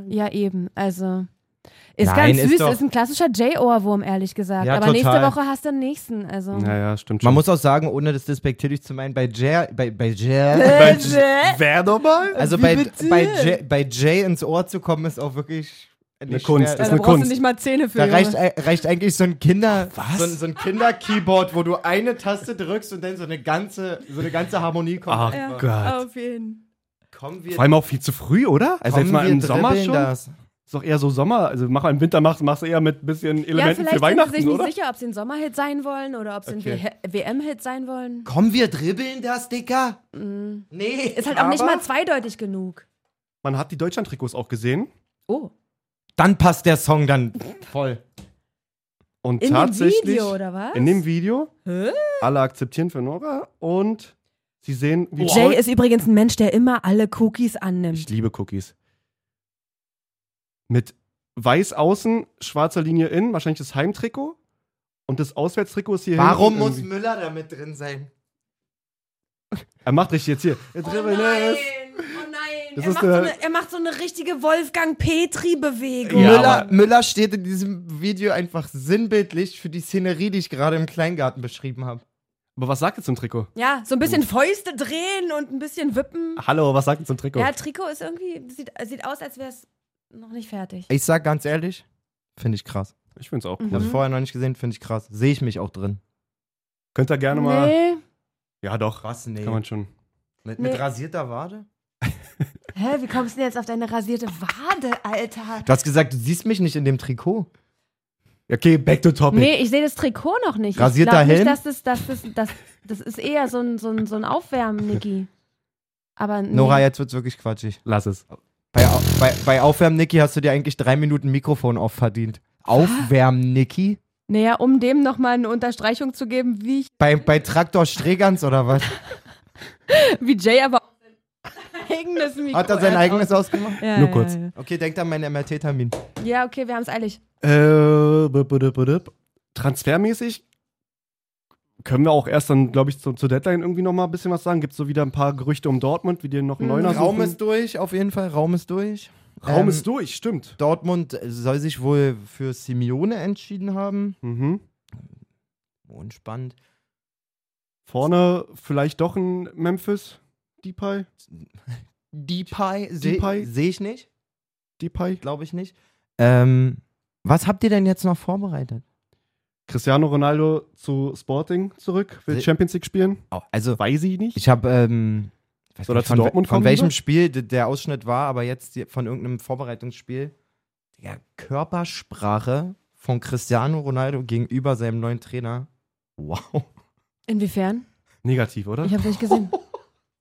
Speaker 2: Ja, eben. Also. Ist
Speaker 1: Nein,
Speaker 2: ganz
Speaker 1: ist
Speaker 2: süß,
Speaker 1: doch-
Speaker 2: ist ein klassischer J-Ohrwurm, ehrlich gesagt.
Speaker 1: Ja,
Speaker 2: Aber nächste
Speaker 1: total.
Speaker 2: Woche hast du den nächsten. Also.
Speaker 3: Naja, stimmt schon.
Speaker 1: Man muss auch sagen, ohne das despektierlich zu meinen, bei Jay, bei, bei Jay,
Speaker 2: Äh,
Speaker 3: Wer nochmal?
Speaker 1: also
Speaker 2: Wie
Speaker 1: bei,
Speaker 2: bitte?
Speaker 1: bei, Jay, bei Jay ins Ohr zu kommen, ist auch wirklich
Speaker 3: Eine Kunst,
Speaker 1: schwer. Also,
Speaker 3: das
Speaker 2: da
Speaker 3: eine
Speaker 2: brauchst du
Speaker 3: Kunst.
Speaker 2: nicht mal Zähne für.
Speaker 1: Da
Speaker 2: Junge.
Speaker 1: reicht, ei- reicht eigentlich so ein Kinder,
Speaker 3: was?
Speaker 1: so ein, so ein Kinder-Keyboard, wo du eine Taste drückst und dann so eine ganze, so eine ganze Harmonie kommt.
Speaker 3: Ach
Speaker 2: Ja, Oh.
Speaker 3: Gott.
Speaker 2: Auf jeden
Speaker 1: Kommen wir,
Speaker 3: Vor allem auch viel zu früh, oder? Also
Speaker 1: kommen
Speaker 3: jetzt mal
Speaker 1: wir
Speaker 3: im Sommer
Speaker 1: dribbeln
Speaker 3: schon.
Speaker 1: Das.
Speaker 3: Ist doch eher so Sommer. Also mach mal im Winter machst, machst du eher mit ein bisschen
Speaker 2: Ja,
Speaker 3: Elementen
Speaker 2: vielleicht
Speaker 3: für
Speaker 2: sind sie sich
Speaker 3: Weihnachten,
Speaker 2: nicht
Speaker 3: oder?
Speaker 2: sicher, ob sie ein Sommerhit sein wollen oder ob sie ein WM-Hit sein wollen.
Speaker 1: Kommen wir dribbeln das, Dicker? Nee.
Speaker 2: Ist halt auch nicht
Speaker 1: aber-
Speaker 2: mal zweideutig genug.
Speaker 3: Man hat die Deutschland-Trikots auch gesehen.
Speaker 2: Oh,
Speaker 1: Dann passt der Song dann voll.
Speaker 3: Und
Speaker 2: in dem
Speaker 3: tatsächlich.
Speaker 2: Video oder was?
Speaker 3: In dem Video.
Speaker 2: Hä?
Speaker 3: Alle akzeptieren für Nora und sie sehen, wie
Speaker 2: Jay ist übrigens ein Mensch, der immer alle Cookies annimmt.
Speaker 3: Ich liebe Cookies. Mit weiß außen, schwarzer Linie innen, wahrscheinlich das Heimtrikot. Und das Auswärtstrikot ist hier
Speaker 1: Warum
Speaker 3: hinten
Speaker 1: muss
Speaker 3: irgendwie-
Speaker 1: Müller da mit drin sein?
Speaker 3: Er macht richtig jetzt hier.
Speaker 2: Oh
Speaker 3: Er dribbelt es.
Speaker 2: nein.
Speaker 3: Das Er ist macht so eine- eine-
Speaker 2: richtige Wolfgang-Petri-Bewegung.
Speaker 3: Ja,
Speaker 1: Müller,
Speaker 3: aber-
Speaker 1: Müller steht in diesem Video einfach sinnbildlich für die Szenerie, die ich gerade im Kleingarten beschrieben habe.
Speaker 3: Aber was sagt ihr zum Trikot?
Speaker 2: Ja, so ein bisschen Fäuste drehen und ein bisschen wippen.
Speaker 3: Hallo, was sagt ihr zum Trikot?
Speaker 2: Ja, Trikot ist irgendwie, sieht, sieht aus, als wäre es noch nicht fertig.
Speaker 1: Ich sag ganz ehrlich, finde ich krass.
Speaker 3: Ich finde es auch
Speaker 2: Mhm.
Speaker 1: Habe
Speaker 3: cool.
Speaker 1: ich vorher noch nicht gesehen, finde ich krass. Sehe ich mich auch drin.
Speaker 3: Könnt ihr gerne mal.
Speaker 2: Nee.
Speaker 3: Ja, doch.
Speaker 1: Krass, nee.
Speaker 3: Kann man schon.
Speaker 1: Mit,
Speaker 2: Nee.
Speaker 1: mit rasierter Wade?
Speaker 2: Hä, wie kommst du denn jetzt auf deine rasierte Wade, Alter?
Speaker 1: Du hast gesagt, du siehst mich nicht in dem Trikot.
Speaker 3: Okay, back to topic.
Speaker 2: Nee, ich sehe das Trikot noch nicht.
Speaker 1: Rasierter
Speaker 2: ich glaub
Speaker 1: Helm?
Speaker 2: Nicht, dass das, das, das, das, das ist eher so ein, so ein, so ein Aufwärmen, Niki. Aber nee.
Speaker 1: Nora, jetzt wird's wirklich quatschig.
Speaker 3: Lass es.
Speaker 1: Bei, Au- bei, bei Aufwärmen, Niki, hast du dir eigentlich drei Minuten Mikrofon aufverdient. Aufwärmen, Niki?
Speaker 2: Naja, um dem nochmal eine Unterstreichung zu geben, wie, ich,
Speaker 1: Bei, bei Traktor Stregans oder
Speaker 3: [laughs]
Speaker 1: was?
Speaker 2: wie Jay aber auch sein eigenes Mikro.
Speaker 1: Hat er sein
Speaker 2: erst
Speaker 1: eigenes
Speaker 2: aus-
Speaker 1: ausgemacht?
Speaker 2: Ja,
Speaker 3: Nur
Speaker 2: ja,
Speaker 3: kurz.
Speaker 2: Ja,
Speaker 1: Okay, denkt an meinen MRT-Termin.
Speaker 2: ja okay, wir haben es eilig.
Speaker 3: Äh, bup, bup, bup, bup. transfermäßig können wir auch erst dann, glaube ich, zu, zur Deadline irgendwie nochmal ein bisschen was sagen. Gibt es so wieder ein paar Gerüchte um Dortmund, wie dir noch einen
Speaker 2: Mhm.
Speaker 3: Neuner
Speaker 1: Hm, Raum
Speaker 3: suchen?
Speaker 1: ist durch, auf jeden Fall. Raum ist durch.
Speaker 3: Raum
Speaker 1: ähm,
Speaker 3: ist durch, stimmt.
Speaker 1: Dortmund soll sich wohl für Simeone entschieden haben. Oh,
Speaker 3: Mhm.
Speaker 1: Unspannend.
Speaker 3: Vorne vielleicht doch ein Memphis. Depay?
Speaker 1: Depay
Speaker 3: Depay?
Speaker 1: sehe seh ich nicht.
Speaker 3: Depay?
Speaker 1: Glaube ich nicht. Ähm, was habt ihr denn jetzt noch vorbereitet?
Speaker 3: Cristiano Ronaldo zu Sporting zurück, will
Speaker 1: Se-
Speaker 3: Champions League spielen?
Speaker 1: Also,
Speaker 3: Weiß ich nicht.
Speaker 1: ich habe, ähm, ich weiß
Speaker 3: Soll er
Speaker 1: nicht,
Speaker 3: zu
Speaker 1: von, we-
Speaker 3: Dortmund
Speaker 1: von
Speaker 3: kommen,
Speaker 1: welchem
Speaker 3: oder?
Speaker 1: Spiel d- der Ausschnitt war, aber jetzt die- von irgendeinem Vorbereitungsspiel. Ja, Körpersprache von Cristiano Ronaldo gegenüber seinem neuen Trainer. Wow.
Speaker 2: Inwiefern?
Speaker 3: Negativ, oder?
Speaker 2: Ich habe nicht gesehen.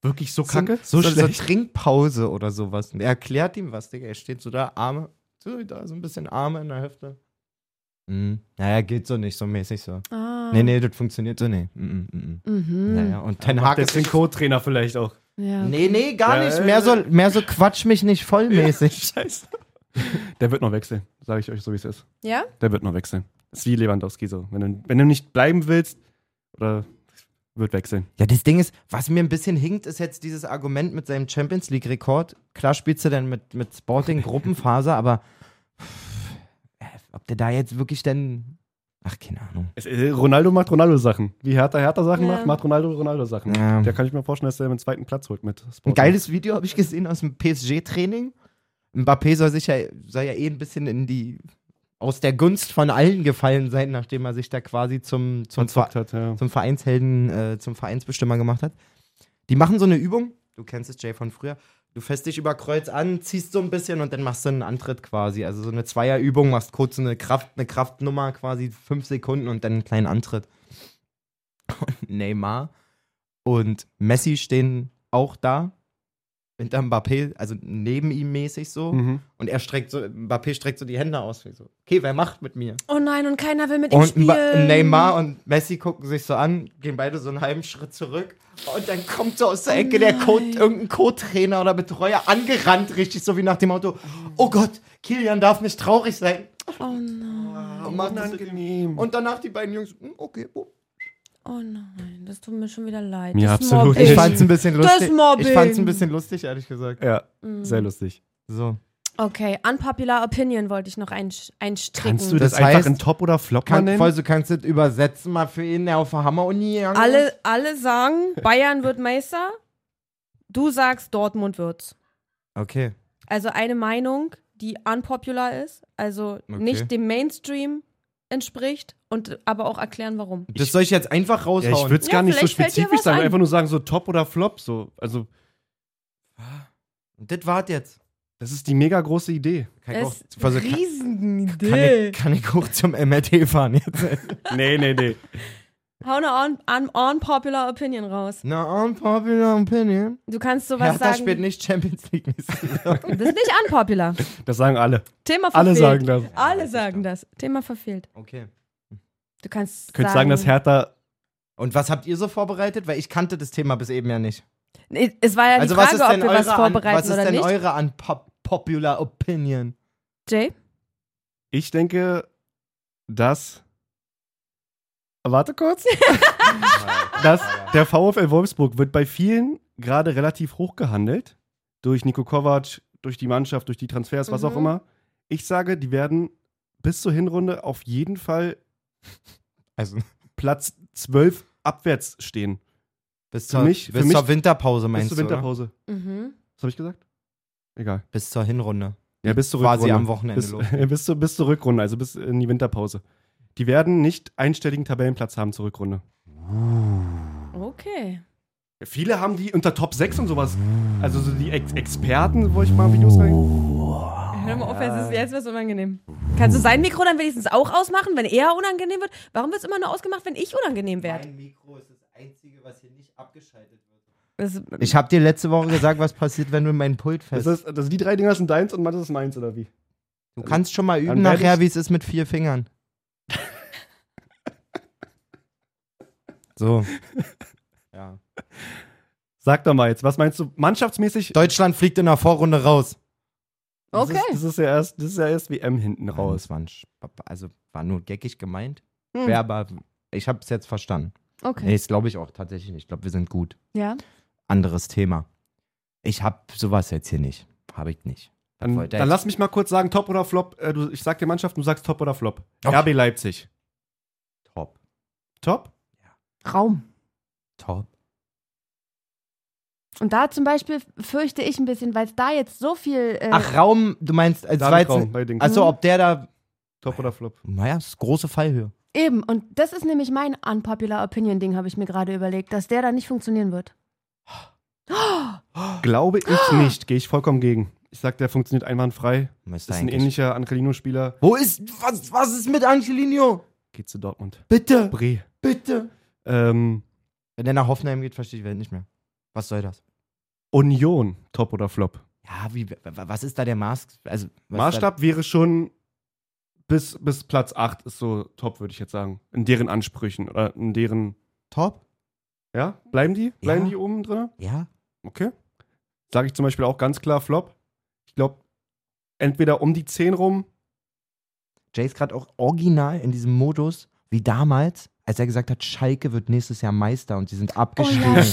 Speaker 3: Wirklich so kacke?
Speaker 1: So, so, so Trinkpause oder sowas. Und er erklärt ihm was, Digga. Er steht so da, Arme, so, da so ein bisschen Arme in der Hüfte. Mhm. Naja, geht so nicht, so mäßig so.
Speaker 2: Ah.
Speaker 1: Nee, nee, das funktioniert so, nee. Mhm, mhm.
Speaker 2: Mhm.
Speaker 1: Naja, und Ten
Speaker 3: Macht
Speaker 1: Hag
Speaker 3: jetzt
Speaker 1: ist
Speaker 3: den Co-Trainer vielleicht auch.
Speaker 2: Ja.
Speaker 1: Nee, nee, gar
Speaker 3: Ja,
Speaker 1: nicht.
Speaker 3: äh,
Speaker 1: Mehr so, mehr so quatsch mich nicht vollmäßig.
Speaker 3: Scheiße. [laughs] Der wird noch wechseln, sage ich euch so, wie es ist.
Speaker 2: ja?
Speaker 3: Der wird noch wechseln. Ist wie Lewandowski so. Wenn du, wenn du nicht bleiben willst, oder wird wechseln.
Speaker 1: Ja, das Ding ist, was mir ein bisschen hinkt, ist jetzt dieses Argument mit seinem Champions League-Rekord. Klar spielst du dann mit, mit Sporting Gruppenphase, aber pff, äh, ob der da jetzt wirklich denn. Ach, keine Ahnung.
Speaker 3: Es, äh, Ronaldo macht Ronaldo-Sachen. Wie Hertha Hertha-Sachen
Speaker 2: Ja.
Speaker 3: macht, macht Ronaldo Ronaldo-Sachen.
Speaker 1: Ja.
Speaker 3: Da kann ich mir vorstellen, dass er den zweiten Platz holt mit Sporting.
Speaker 1: Ein geiles Video habe ich gesehen aus dem PSG-Training. Mbappé soll sich ja, soll ja eh ein bisschen in die aus der Gunst von allen gefallen sein, nachdem er sich da quasi zum, zum, Ver
Speaker 3: Verzockt hat, ja.
Speaker 1: zum Vereinshelden, äh, zum Vereinsbestimmer gemacht hat. Die machen so eine Übung, du kennst es Jay von früher, du fährst dich über Kreuz an, ziehst so ein bisschen und dann machst du einen Antritt quasi. Also so eine Zweierübung, machst kurz eine Kraft, eine Kraftnummer quasi fünf Sekunden und dann einen kleinen Antritt. Und Neymar und Messi stehen auch da hinter Mbappé, also neben ihm mäßig so.
Speaker 3: Mhm.
Speaker 1: Und er streckt so, Mbappé streckt so die Hände aus. Wie so, okay, wer macht mit mir?
Speaker 2: Oh nein, und keiner will mit ihm
Speaker 1: Und Mba-
Speaker 2: spielen.
Speaker 1: Neymar und Messi gucken sich so an, gehen beide so einen halben Schritt zurück. Und dann kommt so aus der Ecke der Co irgendein Co-Trainer oder Betreuer angerannt, richtig so wie nach dem Auto. Oh Gott, Kilian darf nicht traurig sein.
Speaker 2: Oh nein,
Speaker 1: Und, macht das, und danach die beiden Jungs, "Hm, okay, oh,
Speaker 2: oh nein, das tut mir schon wieder leid.
Speaker 3: Ja,
Speaker 2: das
Speaker 3: absolut.
Speaker 2: Mobbing.
Speaker 1: Ich Äh, fand's ein bisschen
Speaker 2: Das
Speaker 1: lustig.
Speaker 2: Mobbing.
Speaker 1: Ich fand's ein bisschen lustig, ehrlich gesagt.
Speaker 3: Ja, sehr lustig.
Speaker 1: So.
Speaker 2: Okay, unpopular opinion wollte ich noch einsch- einstricken.
Speaker 3: Kannst du
Speaker 1: Mhm. Das
Speaker 3: das, einfach
Speaker 1: heißt,
Speaker 3: in Top oder Flop mal
Speaker 1: Kann,
Speaker 3: nennen?
Speaker 1: voll, so kannst du das übersetzen mal für ihn, der auf der Hammer-Uni gegangen ist.
Speaker 2: alle, alle sagen, Bayern wird Meister. Du sagst, Dortmund wird's.
Speaker 1: Okay.
Speaker 2: Also eine Meinung, die unpopular ist, also nicht dem Mainstream entspricht und aber auch erklären, warum.
Speaker 1: Das soll ich jetzt einfach
Speaker 3: ja, ich
Speaker 1: raushauen.
Speaker 3: würde es
Speaker 2: Ja,
Speaker 3: gar nicht so
Speaker 2: vielleicht fällt dir
Speaker 3: spezifisch
Speaker 2: was
Speaker 3: sagen,
Speaker 2: ein.
Speaker 3: einfach nur sagen, so Top oder Flop. So. Also,
Speaker 1: das wart jetzt.
Speaker 3: das ist die mega große [laughs] Idee.
Speaker 1: Kann ich, auch,
Speaker 2: Es
Speaker 1: also, kann, kann,
Speaker 2: Riesenidee.
Speaker 1: ich, kann ich hoch zum MRT fahren jetzt?
Speaker 3: Nee, nee, nee.
Speaker 2: Hau eine un, un, unpopular opinion raus.
Speaker 1: Na, unpopular opinion.
Speaker 2: Du kannst sowas
Speaker 1: Hertha
Speaker 2: sagen.
Speaker 1: spielt nicht Champions League. nächstes Jahr.
Speaker 2: Das ist nicht
Speaker 1: [laughs]
Speaker 2: unpopular.
Speaker 3: Das sagen alle.
Speaker 2: Thema verfehlt.
Speaker 3: Alle sagen das.
Speaker 2: Alle sagen das. Thema verfehlt.
Speaker 1: okay.
Speaker 2: Du kannst
Speaker 3: Könntest sagen, dass Hertha.
Speaker 1: Und was habt ihr so vorbereitet? Weil ich kannte das Thema bis eben ja nicht.
Speaker 2: Nee, es war ja die
Speaker 1: also
Speaker 2: Frage,
Speaker 1: was ist denn
Speaker 2: ob wir
Speaker 1: eure,
Speaker 2: was vorbereiten
Speaker 1: an, was ist
Speaker 2: oder
Speaker 1: denn
Speaker 2: nicht.
Speaker 1: eure unpopular [laughs] opinion?
Speaker 2: Jay?
Speaker 3: Ich denke, dass. Warte kurz. dass der VfL Wolfsburg wird bei vielen gerade relativ hoch gehandelt. Durch Nico Kovac, durch die Mannschaft, durch die Transfers, was auch
Speaker 2: Mhm.
Speaker 3: immer. Ich sage, die werden bis zur Hinrunde auf jeden Fall
Speaker 1: Also
Speaker 3: Platz 12 abwärts stehen.
Speaker 1: bis
Speaker 3: Für
Speaker 1: zur,
Speaker 3: mich-
Speaker 1: bis
Speaker 3: für mich-
Speaker 1: zur Winterpause
Speaker 3: Bis
Speaker 1: meinst
Speaker 3: zur
Speaker 1: du? oder?
Speaker 3: Winterpause.
Speaker 2: Mhm.
Speaker 3: Was habe ich gesagt? Egal.
Speaker 1: Bis zur Hinrunde.
Speaker 3: Ja, bis zur
Speaker 1: Quasi
Speaker 3: Rückrunde.
Speaker 1: am Wochenende
Speaker 3: bis,
Speaker 1: los.
Speaker 3: [laughs] bis, zur, bis zur Rückrunde, also bis in die Winterpause. Die werden nicht einstelligen Tabellenplatz haben zur Rückrunde.
Speaker 2: Okay.
Speaker 3: Viele haben die unter Top 6 und sowas. Also so die Ex Experten, wo ich mal Videos rein.
Speaker 2: Hör mal auf, es
Speaker 1: Ah.
Speaker 2: ist, jetzt wird unangenehm. Kannst du sein Mikro dann wenigstens auch ausmachen, wenn er unangenehm wird? Warum wird es immer nur ausgemacht, wenn ich unangenehm werde?
Speaker 1: Mikro ist das einzige, was hier nicht abgeschaltet wird. Ich habe dir letzte Woche gesagt, was passiert, wenn du meinen Pult
Speaker 3: Das
Speaker 1: fest.
Speaker 3: ist, das die drei Dinger sind deins und manches ist meins, oder wie?
Speaker 1: Du kannst schon mal üben
Speaker 3: Dann werd
Speaker 1: nachher,
Speaker 3: ich-
Speaker 1: wie es ist mit vier Fingern.
Speaker 3: [laughs]
Speaker 1: so. Ja.
Speaker 3: Sag doch mal jetzt, was meinst du mannschaftsmäßig?
Speaker 1: Deutschland fliegt in der Vorrunde raus.
Speaker 3: Das
Speaker 2: Okay.
Speaker 3: Ist, das, ist ja erst, das ist ja erst WM hinten raus.
Speaker 1: Oh, war ein Sch- also war nur geckig gemeint. Wär aber, ich habe es jetzt verstanden.
Speaker 2: Hm, Okay.
Speaker 1: Nee, das glaube ich auch tatsächlich nicht. Ich glaube, wir sind gut.
Speaker 2: Ja.
Speaker 1: Anderes Thema. Ich habe sowas jetzt hier nicht. Habe ich nicht.
Speaker 3: Dann,
Speaker 1: Wollte
Speaker 3: dann
Speaker 1: ich-
Speaker 3: lass mich mal kurz sagen, Top oder Flop. Äh, du, ich sag dir Mannschaften, du sagst Top oder Flop.
Speaker 1: Okay.
Speaker 3: RB Leipzig.
Speaker 1: Top.
Speaker 3: Top?
Speaker 2: Raum.
Speaker 1: Top.
Speaker 2: Und da zum Beispiel fürchte ich ein bisschen, weil es da jetzt so viel. Äh,
Speaker 1: Ach, Raum, du meinst, als
Speaker 3: David
Speaker 1: Weizen.
Speaker 3: Raum bei Dings.
Speaker 1: Achso, ob der da.
Speaker 3: Top oder Flop?
Speaker 1: Naja, das ist große Fallhöhe.
Speaker 2: Eben. Und das ist nämlich mein unpopular Opinion-Ding, habe ich mir gerade überlegt, dass der da nicht funktionieren wird.
Speaker 3: Glaube ich nicht, gehe ich vollkommen gegen. Ich sag, der funktioniert einwandfrei.
Speaker 1: Müsste
Speaker 3: Ist ein
Speaker 1: eigentlich-
Speaker 3: ähnlicher Angelino-Spieler.
Speaker 1: Wo ist. Was, was ist mit Angelino?
Speaker 3: Geht zu Dortmund.
Speaker 1: Bitte,
Speaker 3: Bre.
Speaker 1: bitte.
Speaker 3: Ähm,
Speaker 1: Wenn der nach Hoffenheim geht, verstehe ich die Welt nicht mehr. Was soll das?
Speaker 3: Union, Top oder Flop?
Speaker 1: Ja, wie, wa- wa- was ist da der Maß? Also, was
Speaker 3: Maßstab wäre schon bis, bis Platz 8 ist so top, würde ich jetzt sagen. In deren Ansprüchen oder in deren.
Speaker 1: Da? Top?
Speaker 3: Ja? Bleiben die? Bleiben
Speaker 1: Ja.
Speaker 3: die oben drin?
Speaker 1: Ja.
Speaker 3: Okay. Sage ich zum Beispiel auch ganz klar Flop. Ich glaube, entweder um die 10 rum.
Speaker 1: Jay ist gerade auch original in diesem Modus wie damals, als er gesagt hat, Schalke wird nächstes Jahr Meister und sie sind abgestiegen mit,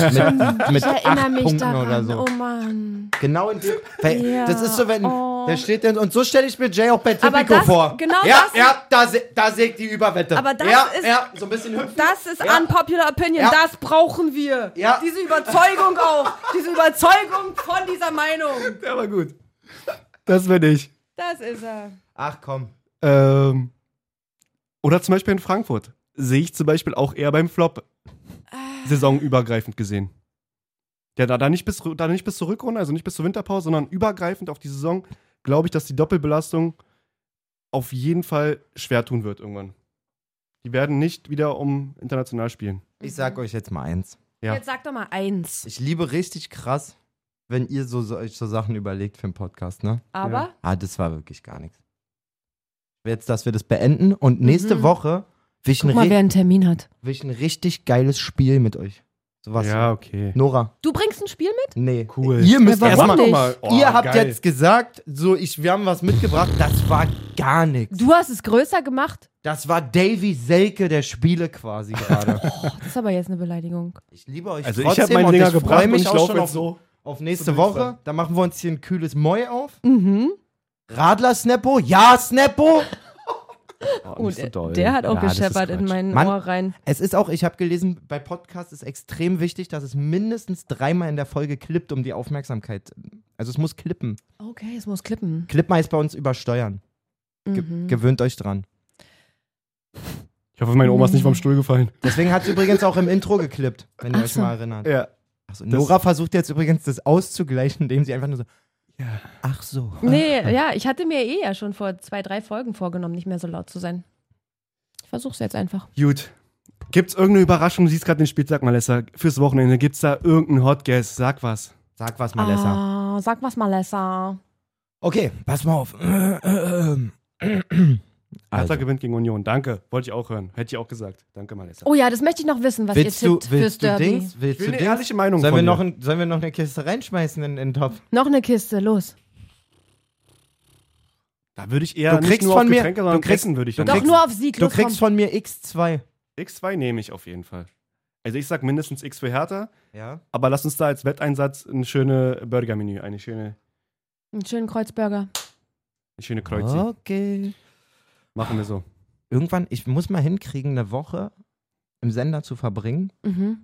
Speaker 1: mit acht Punkten oder so.
Speaker 2: Oh Mann.
Speaker 1: Genau in dem. Weil
Speaker 2: Ja,
Speaker 1: Das ist so, wenn.
Speaker 2: oh.
Speaker 1: Der steht denn. Und so stelle ich mir Jay auch bei
Speaker 2: Aber
Speaker 1: Tipico
Speaker 2: das-
Speaker 1: vor.
Speaker 2: genau
Speaker 1: ja,
Speaker 2: das-
Speaker 1: Ja, da, se- da sägt die Überwette.
Speaker 2: Aber das
Speaker 1: ja,
Speaker 2: ist-
Speaker 1: Ja, so ein bisschen hüpfen.
Speaker 2: Das ist
Speaker 1: Ja.
Speaker 2: unpopular opinion.
Speaker 1: Ja.
Speaker 2: Das brauchen wir.
Speaker 1: Ja.
Speaker 2: Diese Überzeugung auch. Diese Überzeugung von dieser Meinung.
Speaker 3: Der war gut. Das bin ich.
Speaker 2: Das ist er.
Speaker 1: Ach komm.
Speaker 3: Ähm, oder zum Beispiel in Frankfurt. Sehe ich zum Beispiel auch eher beim Flop. Saisonübergreifend gesehen. Ja, da, da, nicht bis, da nicht bis zur Rückrunde, also nicht bis zur Winterpause, sondern übergreifend auf die Saison, glaube ich, dass die Doppelbelastung auf jeden Fall schwer tun wird irgendwann. Die werden nicht wieder um international spielen.
Speaker 1: Ich sag euch jetzt mal eins.
Speaker 3: Ja.
Speaker 2: Jetzt sag doch mal eins.
Speaker 1: Ich liebe richtig krass wenn ihr so, so, euch so Sachen überlegt für den Podcast, ne?
Speaker 2: Aber
Speaker 1: Ah, das war wirklich gar nichts. Jetzt, dass wir das beenden und nächste
Speaker 2: Mhm.
Speaker 1: Woche will ich,
Speaker 2: guck
Speaker 1: ein
Speaker 2: mal,
Speaker 1: ri-
Speaker 2: wer einen Termin hat.
Speaker 1: will ich ein richtig geiles Spiel mit euch. Sowas.
Speaker 3: Ja, okay.
Speaker 1: Nora,
Speaker 2: Du bringst ein Spiel mit?
Speaker 1: nee.
Speaker 3: Cool.
Speaker 1: Ihr müsst
Speaker 2: Ja, warum
Speaker 1: erstmal.
Speaker 2: nicht?
Speaker 3: Oh,
Speaker 1: ihr habt
Speaker 3: geil.
Speaker 1: jetzt gesagt, so ich, wir haben was mitgebracht. Das war gar nichts.
Speaker 2: Du hast es größer gemacht?
Speaker 1: Das war Davy Selke der Spiele quasi
Speaker 2: [laughs]
Speaker 1: gerade.
Speaker 2: Oh, das ist aber jetzt eine Beleidigung.
Speaker 1: ich liebe euch
Speaker 3: Also ich
Speaker 1: trotzdem
Speaker 3: habe meinen
Speaker 1: und
Speaker 3: Dinger
Speaker 1: ich freu
Speaker 3: gebracht und
Speaker 1: mich
Speaker 3: ich
Speaker 1: auch
Speaker 3: laufe
Speaker 1: schon
Speaker 3: jetzt
Speaker 1: auf,
Speaker 3: so.
Speaker 1: auf nächste
Speaker 3: Zum nächsten
Speaker 1: Woche.
Speaker 3: Mal.
Speaker 1: Da machen wir uns hier ein kühles Moi auf.
Speaker 2: Mhm.
Speaker 1: Radler Sneppo, ja
Speaker 2: [laughs]
Speaker 1: Sneppo.
Speaker 2: Oh, der, der hat auch
Speaker 3: Ja, das ist
Speaker 2: gescheppert in
Speaker 3: Quatsch.
Speaker 2: mein
Speaker 1: Mann.
Speaker 2: Ohr rein.
Speaker 1: Es ist auch, ich habe gelesen, bei Podcasts ist extrem wichtig, dass es mindestens dreimal in der Folge klippt, um die Aufmerksamkeit. Also es muss klippen.
Speaker 2: Okay, es muss klippen.
Speaker 1: Klippen heißt bei uns übersteuern. Ge
Speaker 2: Mhm.
Speaker 1: Gewöhnt euch dran.
Speaker 3: Ich hoffe, meine Oma ist nicht vom Stuhl gefallen.
Speaker 1: Deswegen hat es übrigens auch im Intro geklippt, wenn ihr
Speaker 2: Ach
Speaker 1: euch
Speaker 2: so.
Speaker 1: mal erinnert.
Speaker 3: Ja.
Speaker 1: Achso, Nora versucht jetzt übrigens das auszugleichen, indem sie einfach nur so.
Speaker 3: Ja.
Speaker 1: Ach so.
Speaker 2: Nee, ja, ich hatte mir eh ja schon vor zwei, drei Folgen vorgenommen, nicht mehr so laut zu sein. Ich versuch's jetzt einfach.
Speaker 3: Gut. Gibt's irgendeine Überraschung? Du siehst gerade den Spieltag, Malessa. Fürs Wochenende gibt's da irgendeinen Hot Guess? Sag was.
Speaker 1: Sag was, Malessa.
Speaker 2: Ah, sag was, Malessa.
Speaker 1: Okay, pass mal
Speaker 3: [clears throat]
Speaker 1: auf.
Speaker 3: Hertha
Speaker 1: Also,
Speaker 3: gewinnt gegen Union. Danke. Wollte ich auch hören. Hätte ich auch gesagt. Danke, Malessa.
Speaker 2: Oh ja, das möchte ich noch wissen, was
Speaker 1: willst
Speaker 2: ihr
Speaker 1: du,
Speaker 2: tippt fürs
Speaker 1: willst du
Speaker 2: Derby.
Speaker 1: Dings? Willst
Speaker 3: ich will
Speaker 1: du
Speaker 3: eine
Speaker 1: Dings?
Speaker 3: ehrliche Meinung
Speaker 1: Sollen
Speaker 3: von
Speaker 1: wir, noch
Speaker 3: dir.
Speaker 1: ein, sollen wir noch eine Kiste reinschmeißen in, in den Topf?
Speaker 2: Noch eine Kiste, los.
Speaker 3: Da würde ich eher
Speaker 1: Du
Speaker 3: nicht
Speaker 1: kriegst
Speaker 3: nur
Speaker 1: von
Speaker 3: auf
Speaker 1: mir-
Speaker 3: Getränke, sondern
Speaker 1: du kriegst-
Speaker 3: Essen würde ich
Speaker 1: du
Speaker 3: dann
Speaker 2: Doch
Speaker 1: kriegst-
Speaker 2: nur auf Sieg,
Speaker 1: Du
Speaker 2: los,
Speaker 1: kriegst
Speaker 2: komm.
Speaker 1: von mir X2.
Speaker 3: X2 nehme ich auf jeden Fall. Also ich sag mindestens X für Hertha,
Speaker 1: Ja.
Speaker 3: aber lass uns da als Wetteinsatz ein schöne Burgermenü, eine schöne,
Speaker 2: Einen schönen Kreuzburger.
Speaker 3: eine schöne Kreuzi.
Speaker 1: Oh. Okay.
Speaker 3: Machen wir so.
Speaker 1: Irgendwann, ich muss mal hinkriegen, eine Woche im Sender zu verbringen,
Speaker 2: Mhm.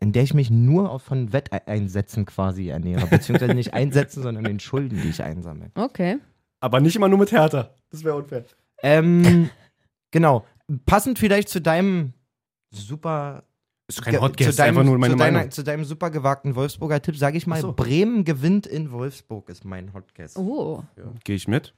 Speaker 1: in der ich mich nur auf- von Wetteinsätzen quasi ernähre. Beziehungsweise nicht einsetzen, [laughs] sondern den Schulden, die ich einsammle.
Speaker 2: Okay.
Speaker 3: Aber nicht immer nur mit Hertha. Das wäre unfair.
Speaker 1: Ähm, [laughs] genau. Passend vielleicht zu deinem super.
Speaker 3: Ist kein
Speaker 1: ge-
Speaker 3: Hot Guess,
Speaker 1: zu deinem,
Speaker 3: einfach nur meine
Speaker 1: zu, deiner,
Speaker 3: Meinung.
Speaker 1: zu deinem super gewagten Wolfsburger Tipp sage ich mal,
Speaker 3: Ach so.
Speaker 1: Bremen gewinnt in Wolfsburg ist mein Hot Guess.
Speaker 2: Oh.
Speaker 3: Gehe ich mit.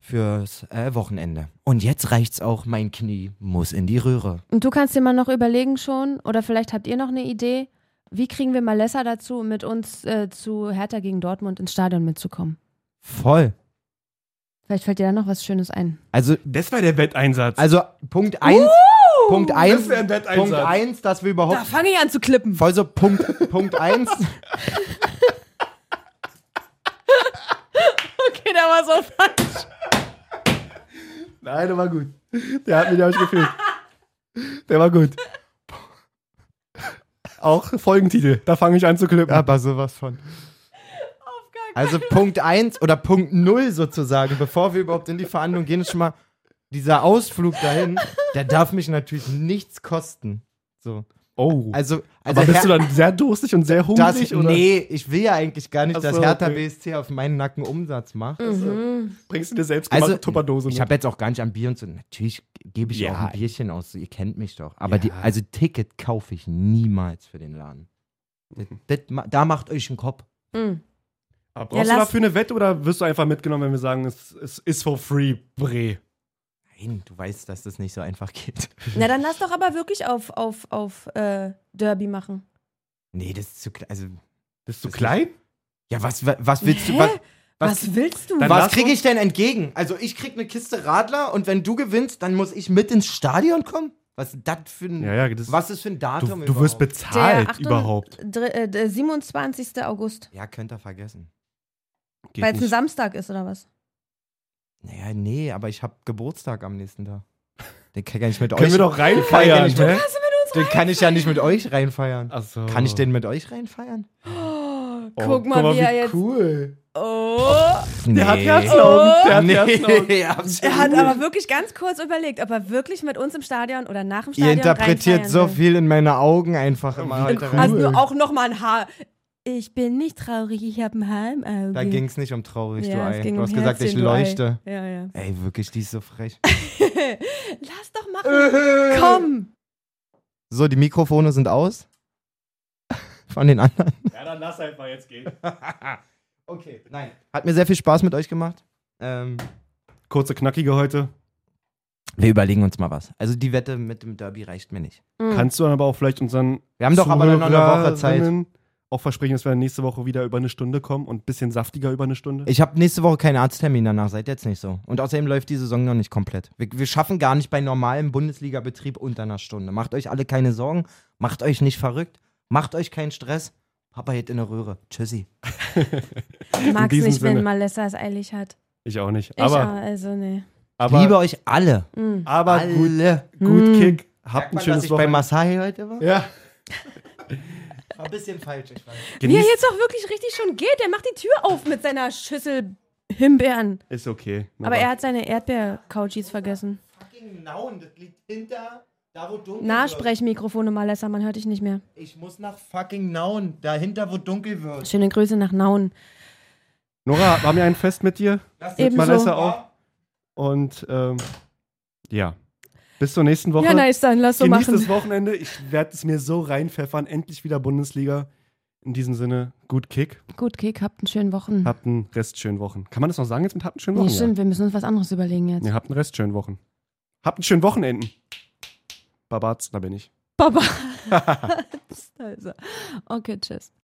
Speaker 1: Fürs äh, Wochenende. Und jetzt reicht's auch, mein Knie muss in die Röhre.
Speaker 2: Und du kannst dir mal noch überlegen schon, oder vielleicht habt ihr noch eine Idee, wie kriegen wir Malessa dazu, mit uns äh, zu Hertha gegen Dortmund ins Stadion mitzukommen?
Speaker 1: Voll.
Speaker 2: Vielleicht fällt dir da noch was Schönes ein.
Speaker 1: Also,
Speaker 3: Das war der Wetteinsatz.
Speaker 1: also Punkt 1. Punkt 1.
Speaker 3: wär ein Wetteinsatz.
Speaker 1: Punkt 1, dass wir überhaupt.
Speaker 2: fange ich an zu klippen.
Speaker 1: Voll so Punkt, Punkt 1.
Speaker 2: Okay, der war so falsch.
Speaker 3: Nein, der war gut. Der hat mich nämlich gefühlt. Der war gut. Auch Folgentitel. Da fange ich an zu klippen.
Speaker 1: Aber sowas von. Also Punkt 1 oder Punkt 0 sozusagen, bevor wir überhaupt in die Verhandlung gehen, ist schon mal dieser Ausflug dahin, der darf mich natürlich nichts kosten. So.
Speaker 3: Oh.
Speaker 1: Also, also
Speaker 3: Aber bist
Speaker 1: Her-
Speaker 3: du dann sehr durstig und sehr
Speaker 1: das,
Speaker 3: hungrig? oder
Speaker 1: Nee, ich will ja eigentlich gar nicht,
Speaker 3: Ach
Speaker 1: dass
Speaker 3: so,
Speaker 1: Hertha
Speaker 3: okay.
Speaker 1: BSC auf meinen Nacken Umsatz macht.
Speaker 3: bringst du dir selbst
Speaker 1: Also,
Speaker 3: Tupperdose
Speaker 1: ich
Speaker 3: mit?
Speaker 1: habe jetzt auch gar nicht am Bier und so. Natürlich gebe ich
Speaker 3: Ja.
Speaker 1: auch ein Bierchen aus, ihr kennt mich doch. Aber die, also Ticket kaufe ich niemals für den Laden. Das,
Speaker 3: Mhm.
Speaker 1: das, ma- da macht euch einen Kopf.
Speaker 2: Mm.
Speaker 3: Aber
Speaker 2: Ja,
Speaker 3: brauchst du
Speaker 2: lass-
Speaker 3: dafür eine Wette oder wirst du einfach mitgenommen, wenn wir sagen, es, es ist for free, Bre?
Speaker 1: Nein, du weißt, dass das nicht so einfach geht. [laughs]
Speaker 2: Na, dann lass doch aber wirklich auf, auf, auf äh, Derby machen.
Speaker 1: Nee, das ist zu klein. Also,
Speaker 3: Bist du
Speaker 1: Das
Speaker 3: klein?
Speaker 1: ja, was, wa- was willst du?
Speaker 2: Hä?
Speaker 1: Was,
Speaker 2: Was,
Speaker 1: was,
Speaker 2: willst du?
Speaker 3: Dann
Speaker 1: was
Speaker 3: lass
Speaker 1: kriege
Speaker 3: uns-
Speaker 1: ich denn entgegen? Also, ich krieg eine Kiste Radler und wenn du gewinnst, dann muss ich mit ins Stadion kommen? Was ist das für ein.
Speaker 3: Ja, ja, das
Speaker 1: was ist für ein
Speaker 3: du,
Speaker 1: Datum?
Speaker 3: du wirst
Speaker 1: überhaupt?
Speaker 3: bezahlt halt überhaupt.
Speaker 2: Dr- äh, der 27. August.
Speaker 1: Ja, könnt ihr vergessen.
Speaker 3: Geht
Speaker 2: Weil es ein
Speaker 3: nicht.
Speaker 2: Samstag ist, oder was?
Speaker 1: Naja, nee, aber ich habe Geburtstag am nächsten Tag. Den kann ich ja nicht mit euch.
Speaker 3: Können
Speaker 1: [laughs]
Speaker 3: wir doch
Speaker 1: Ja,
Speaker 3: reinfeiern, ne?
Speaker 1: ich- [laughs]
Speaker 3: hä? Oh.
Speaker 1: den kann ich ja nicht mit euch reinfeiern.
Speaker 3: Achso.
Speaker 1: Kann ich den mit euch reinfeiern?
Speaker 3: Oh, Cool.
Speaker 2: Oh,
Speaker 1: Nee.
Speaker 3: Der hat Herzlaugen. Der hat Herzlaugen.
Speaker 1: Nee, [laughs] absolut.
Speaker 2: er hat aber wirklich ganz kurz überlegt, ob er wirklich mit uns im Stadion oder nach dem
Speaker 1: Ihr
Speaker 2: Stadion
Speaker 1: interpretiert so
Speaker 2: reinfeiern will.
Speaker 1: viel in meine Augen einfach immer heute rein.
Speaker 2: Also nur auch nochmal ein Haar. Ich bin nicht traurig, ich habe ein Haar im Auge.
Speaker 1: Da ging es nicht um traurig,
Speaker 2: Ja,
Speaker 1: du
Speaker 2: es
Speaker 1: Ei.
Speaker 2: ging
Speaker 1: Du
Speaker 2: um
Speaker 1: hast gesagt, ich
Speaker 2: Herzchen, du Ei.
Speaker 1: leuchte.
Speaker 2: Ja, ja.
Speaker 1: Ey, wirklich, die ist so frech. [laughs]
Speaker 2: Lass doch machen. Komm.
Speaker 1: So, die Mikrofone sind aus. [laughs] Von den anderen.
Speaker 3: Ja, dann lass einfach jetzt gehen.
Speaker 1: [laughs] Okay, nein. Hat mir sehr viel Spaß mit euch gemacht. Ähm,
Speaker 3: Kurze Knackige heute.
Speaker 1: wir überlegen uns mal was. Also die Wette mit dem Derby reicht mir nicht.
Speaker 3: Kannst du dann aber auch vielleicht unseren
Speaker 1: Wir haben doch aber noch eine Woche Zeit.
Speaker 3: Zuhörerinnen auch versprechen, dass wir nächste Woche wieder über eine Stunde kommen und ein bisschen saftiger über eine Stunde.
Speaker 1: Ich habe nächste Woche keinen Arzttermin danach, seid jetzt nicht so. Und außerdem läuft die Saison noch nicht komplett. Wir, wir schaffen gar nicht bei normalem Bundesliga-Betrieb unter einer Stunde. Macht euch alle keine Sorgen, macht euch nicht verrückt, macht euch keinen Stress. Papa geht in der Röhre. Tschüssi.
Speaker 2: Ich mag's
Speaker 3: diesem
Speaker 2: nicht,
Speaker 3: Sinne.
Speaker 2: wenn Malessa es eilig hat.
Speaker 3: Ich auch nicht.
Speaker 2: Ich
Speaker 3: Aber,
Speaker 2: auch, also nee.
Speaker 3: aber,
Speaker 1: Liebe euch alle.
Speaker 3: aber gut,
Speaker 1: alle.
Speaker 3: gut
Speaker 2: Mm.
Speaker 3: Kick.
Speaker 1: Merkt
Speaker 3: Habt ein
Speaker 1: man, dass
Speaker 3: schönes
Speaker 1: ich bei
Speaker 3: Wochenende.
Speaker 1: Masai heute war?
Speaker 3: Ja.
Speaker 1: War ein bisschen falsch, ich weiß.
Speaker 2: Wie er
Speaker 3: Genießt.
Speaker 2: jetzt auch wirklich richtig schon geht, der macht die Tür auf mit seiner Schüssel Himbeeren.
Speaker 3: Ist okay.
Speaker 2: Aber er hat seine Erdbeer-Couchies vergessen.
Speaker 1: Fucking Nauen, das liegt hinter, da wo dunkel
Speaker 2: Nahsprechmikrofone, Malessa, man hört dich nicht mehr.
Speaker 1: Ich muss nach fucking Nauen, dahinter wo dunkel wird.
Speaker 2: Schöne Grüße nach Nauen.
Speaker 3: Nora, war mir ein Fest mit dir.
Speaker 1: Lass
Speaker 2: Ebenso.
Speaker 3: Malessa auch. Und ähm, ja. Bis zur nächsten Woche.
Speaker 2: Ja, nice dann, lass so
Speaker 3: Genießt
Speaker 2: machen.
Speaker 3: das Wochenende. Ich werde es mir so reinpfeffern. Endlich wieder Bundesliga. In diesem Sinne, gut Kick.
Speaker 2: Gut, Kick, habt einen schönen Wochen.
Speaker 3: Habt einen Rest schönen Wochen. Kann man das noch sagen jetzt mit habt einen schönen
Speaker 2: Nee,
Speaker 3: Wochen?
Speaker 2: stimmt, wir müssen uns was anderes überlegen
Speaker 3: ja.
Speaker 2: jetzt.
Speaker 3: Nee, habt einen Rest schönen Wochen. Habt einen schönen Wochenenden. Babatz, da bin ich. [laughs]
Speaker 2: [laughs] Baba. also. Okay, tschüss.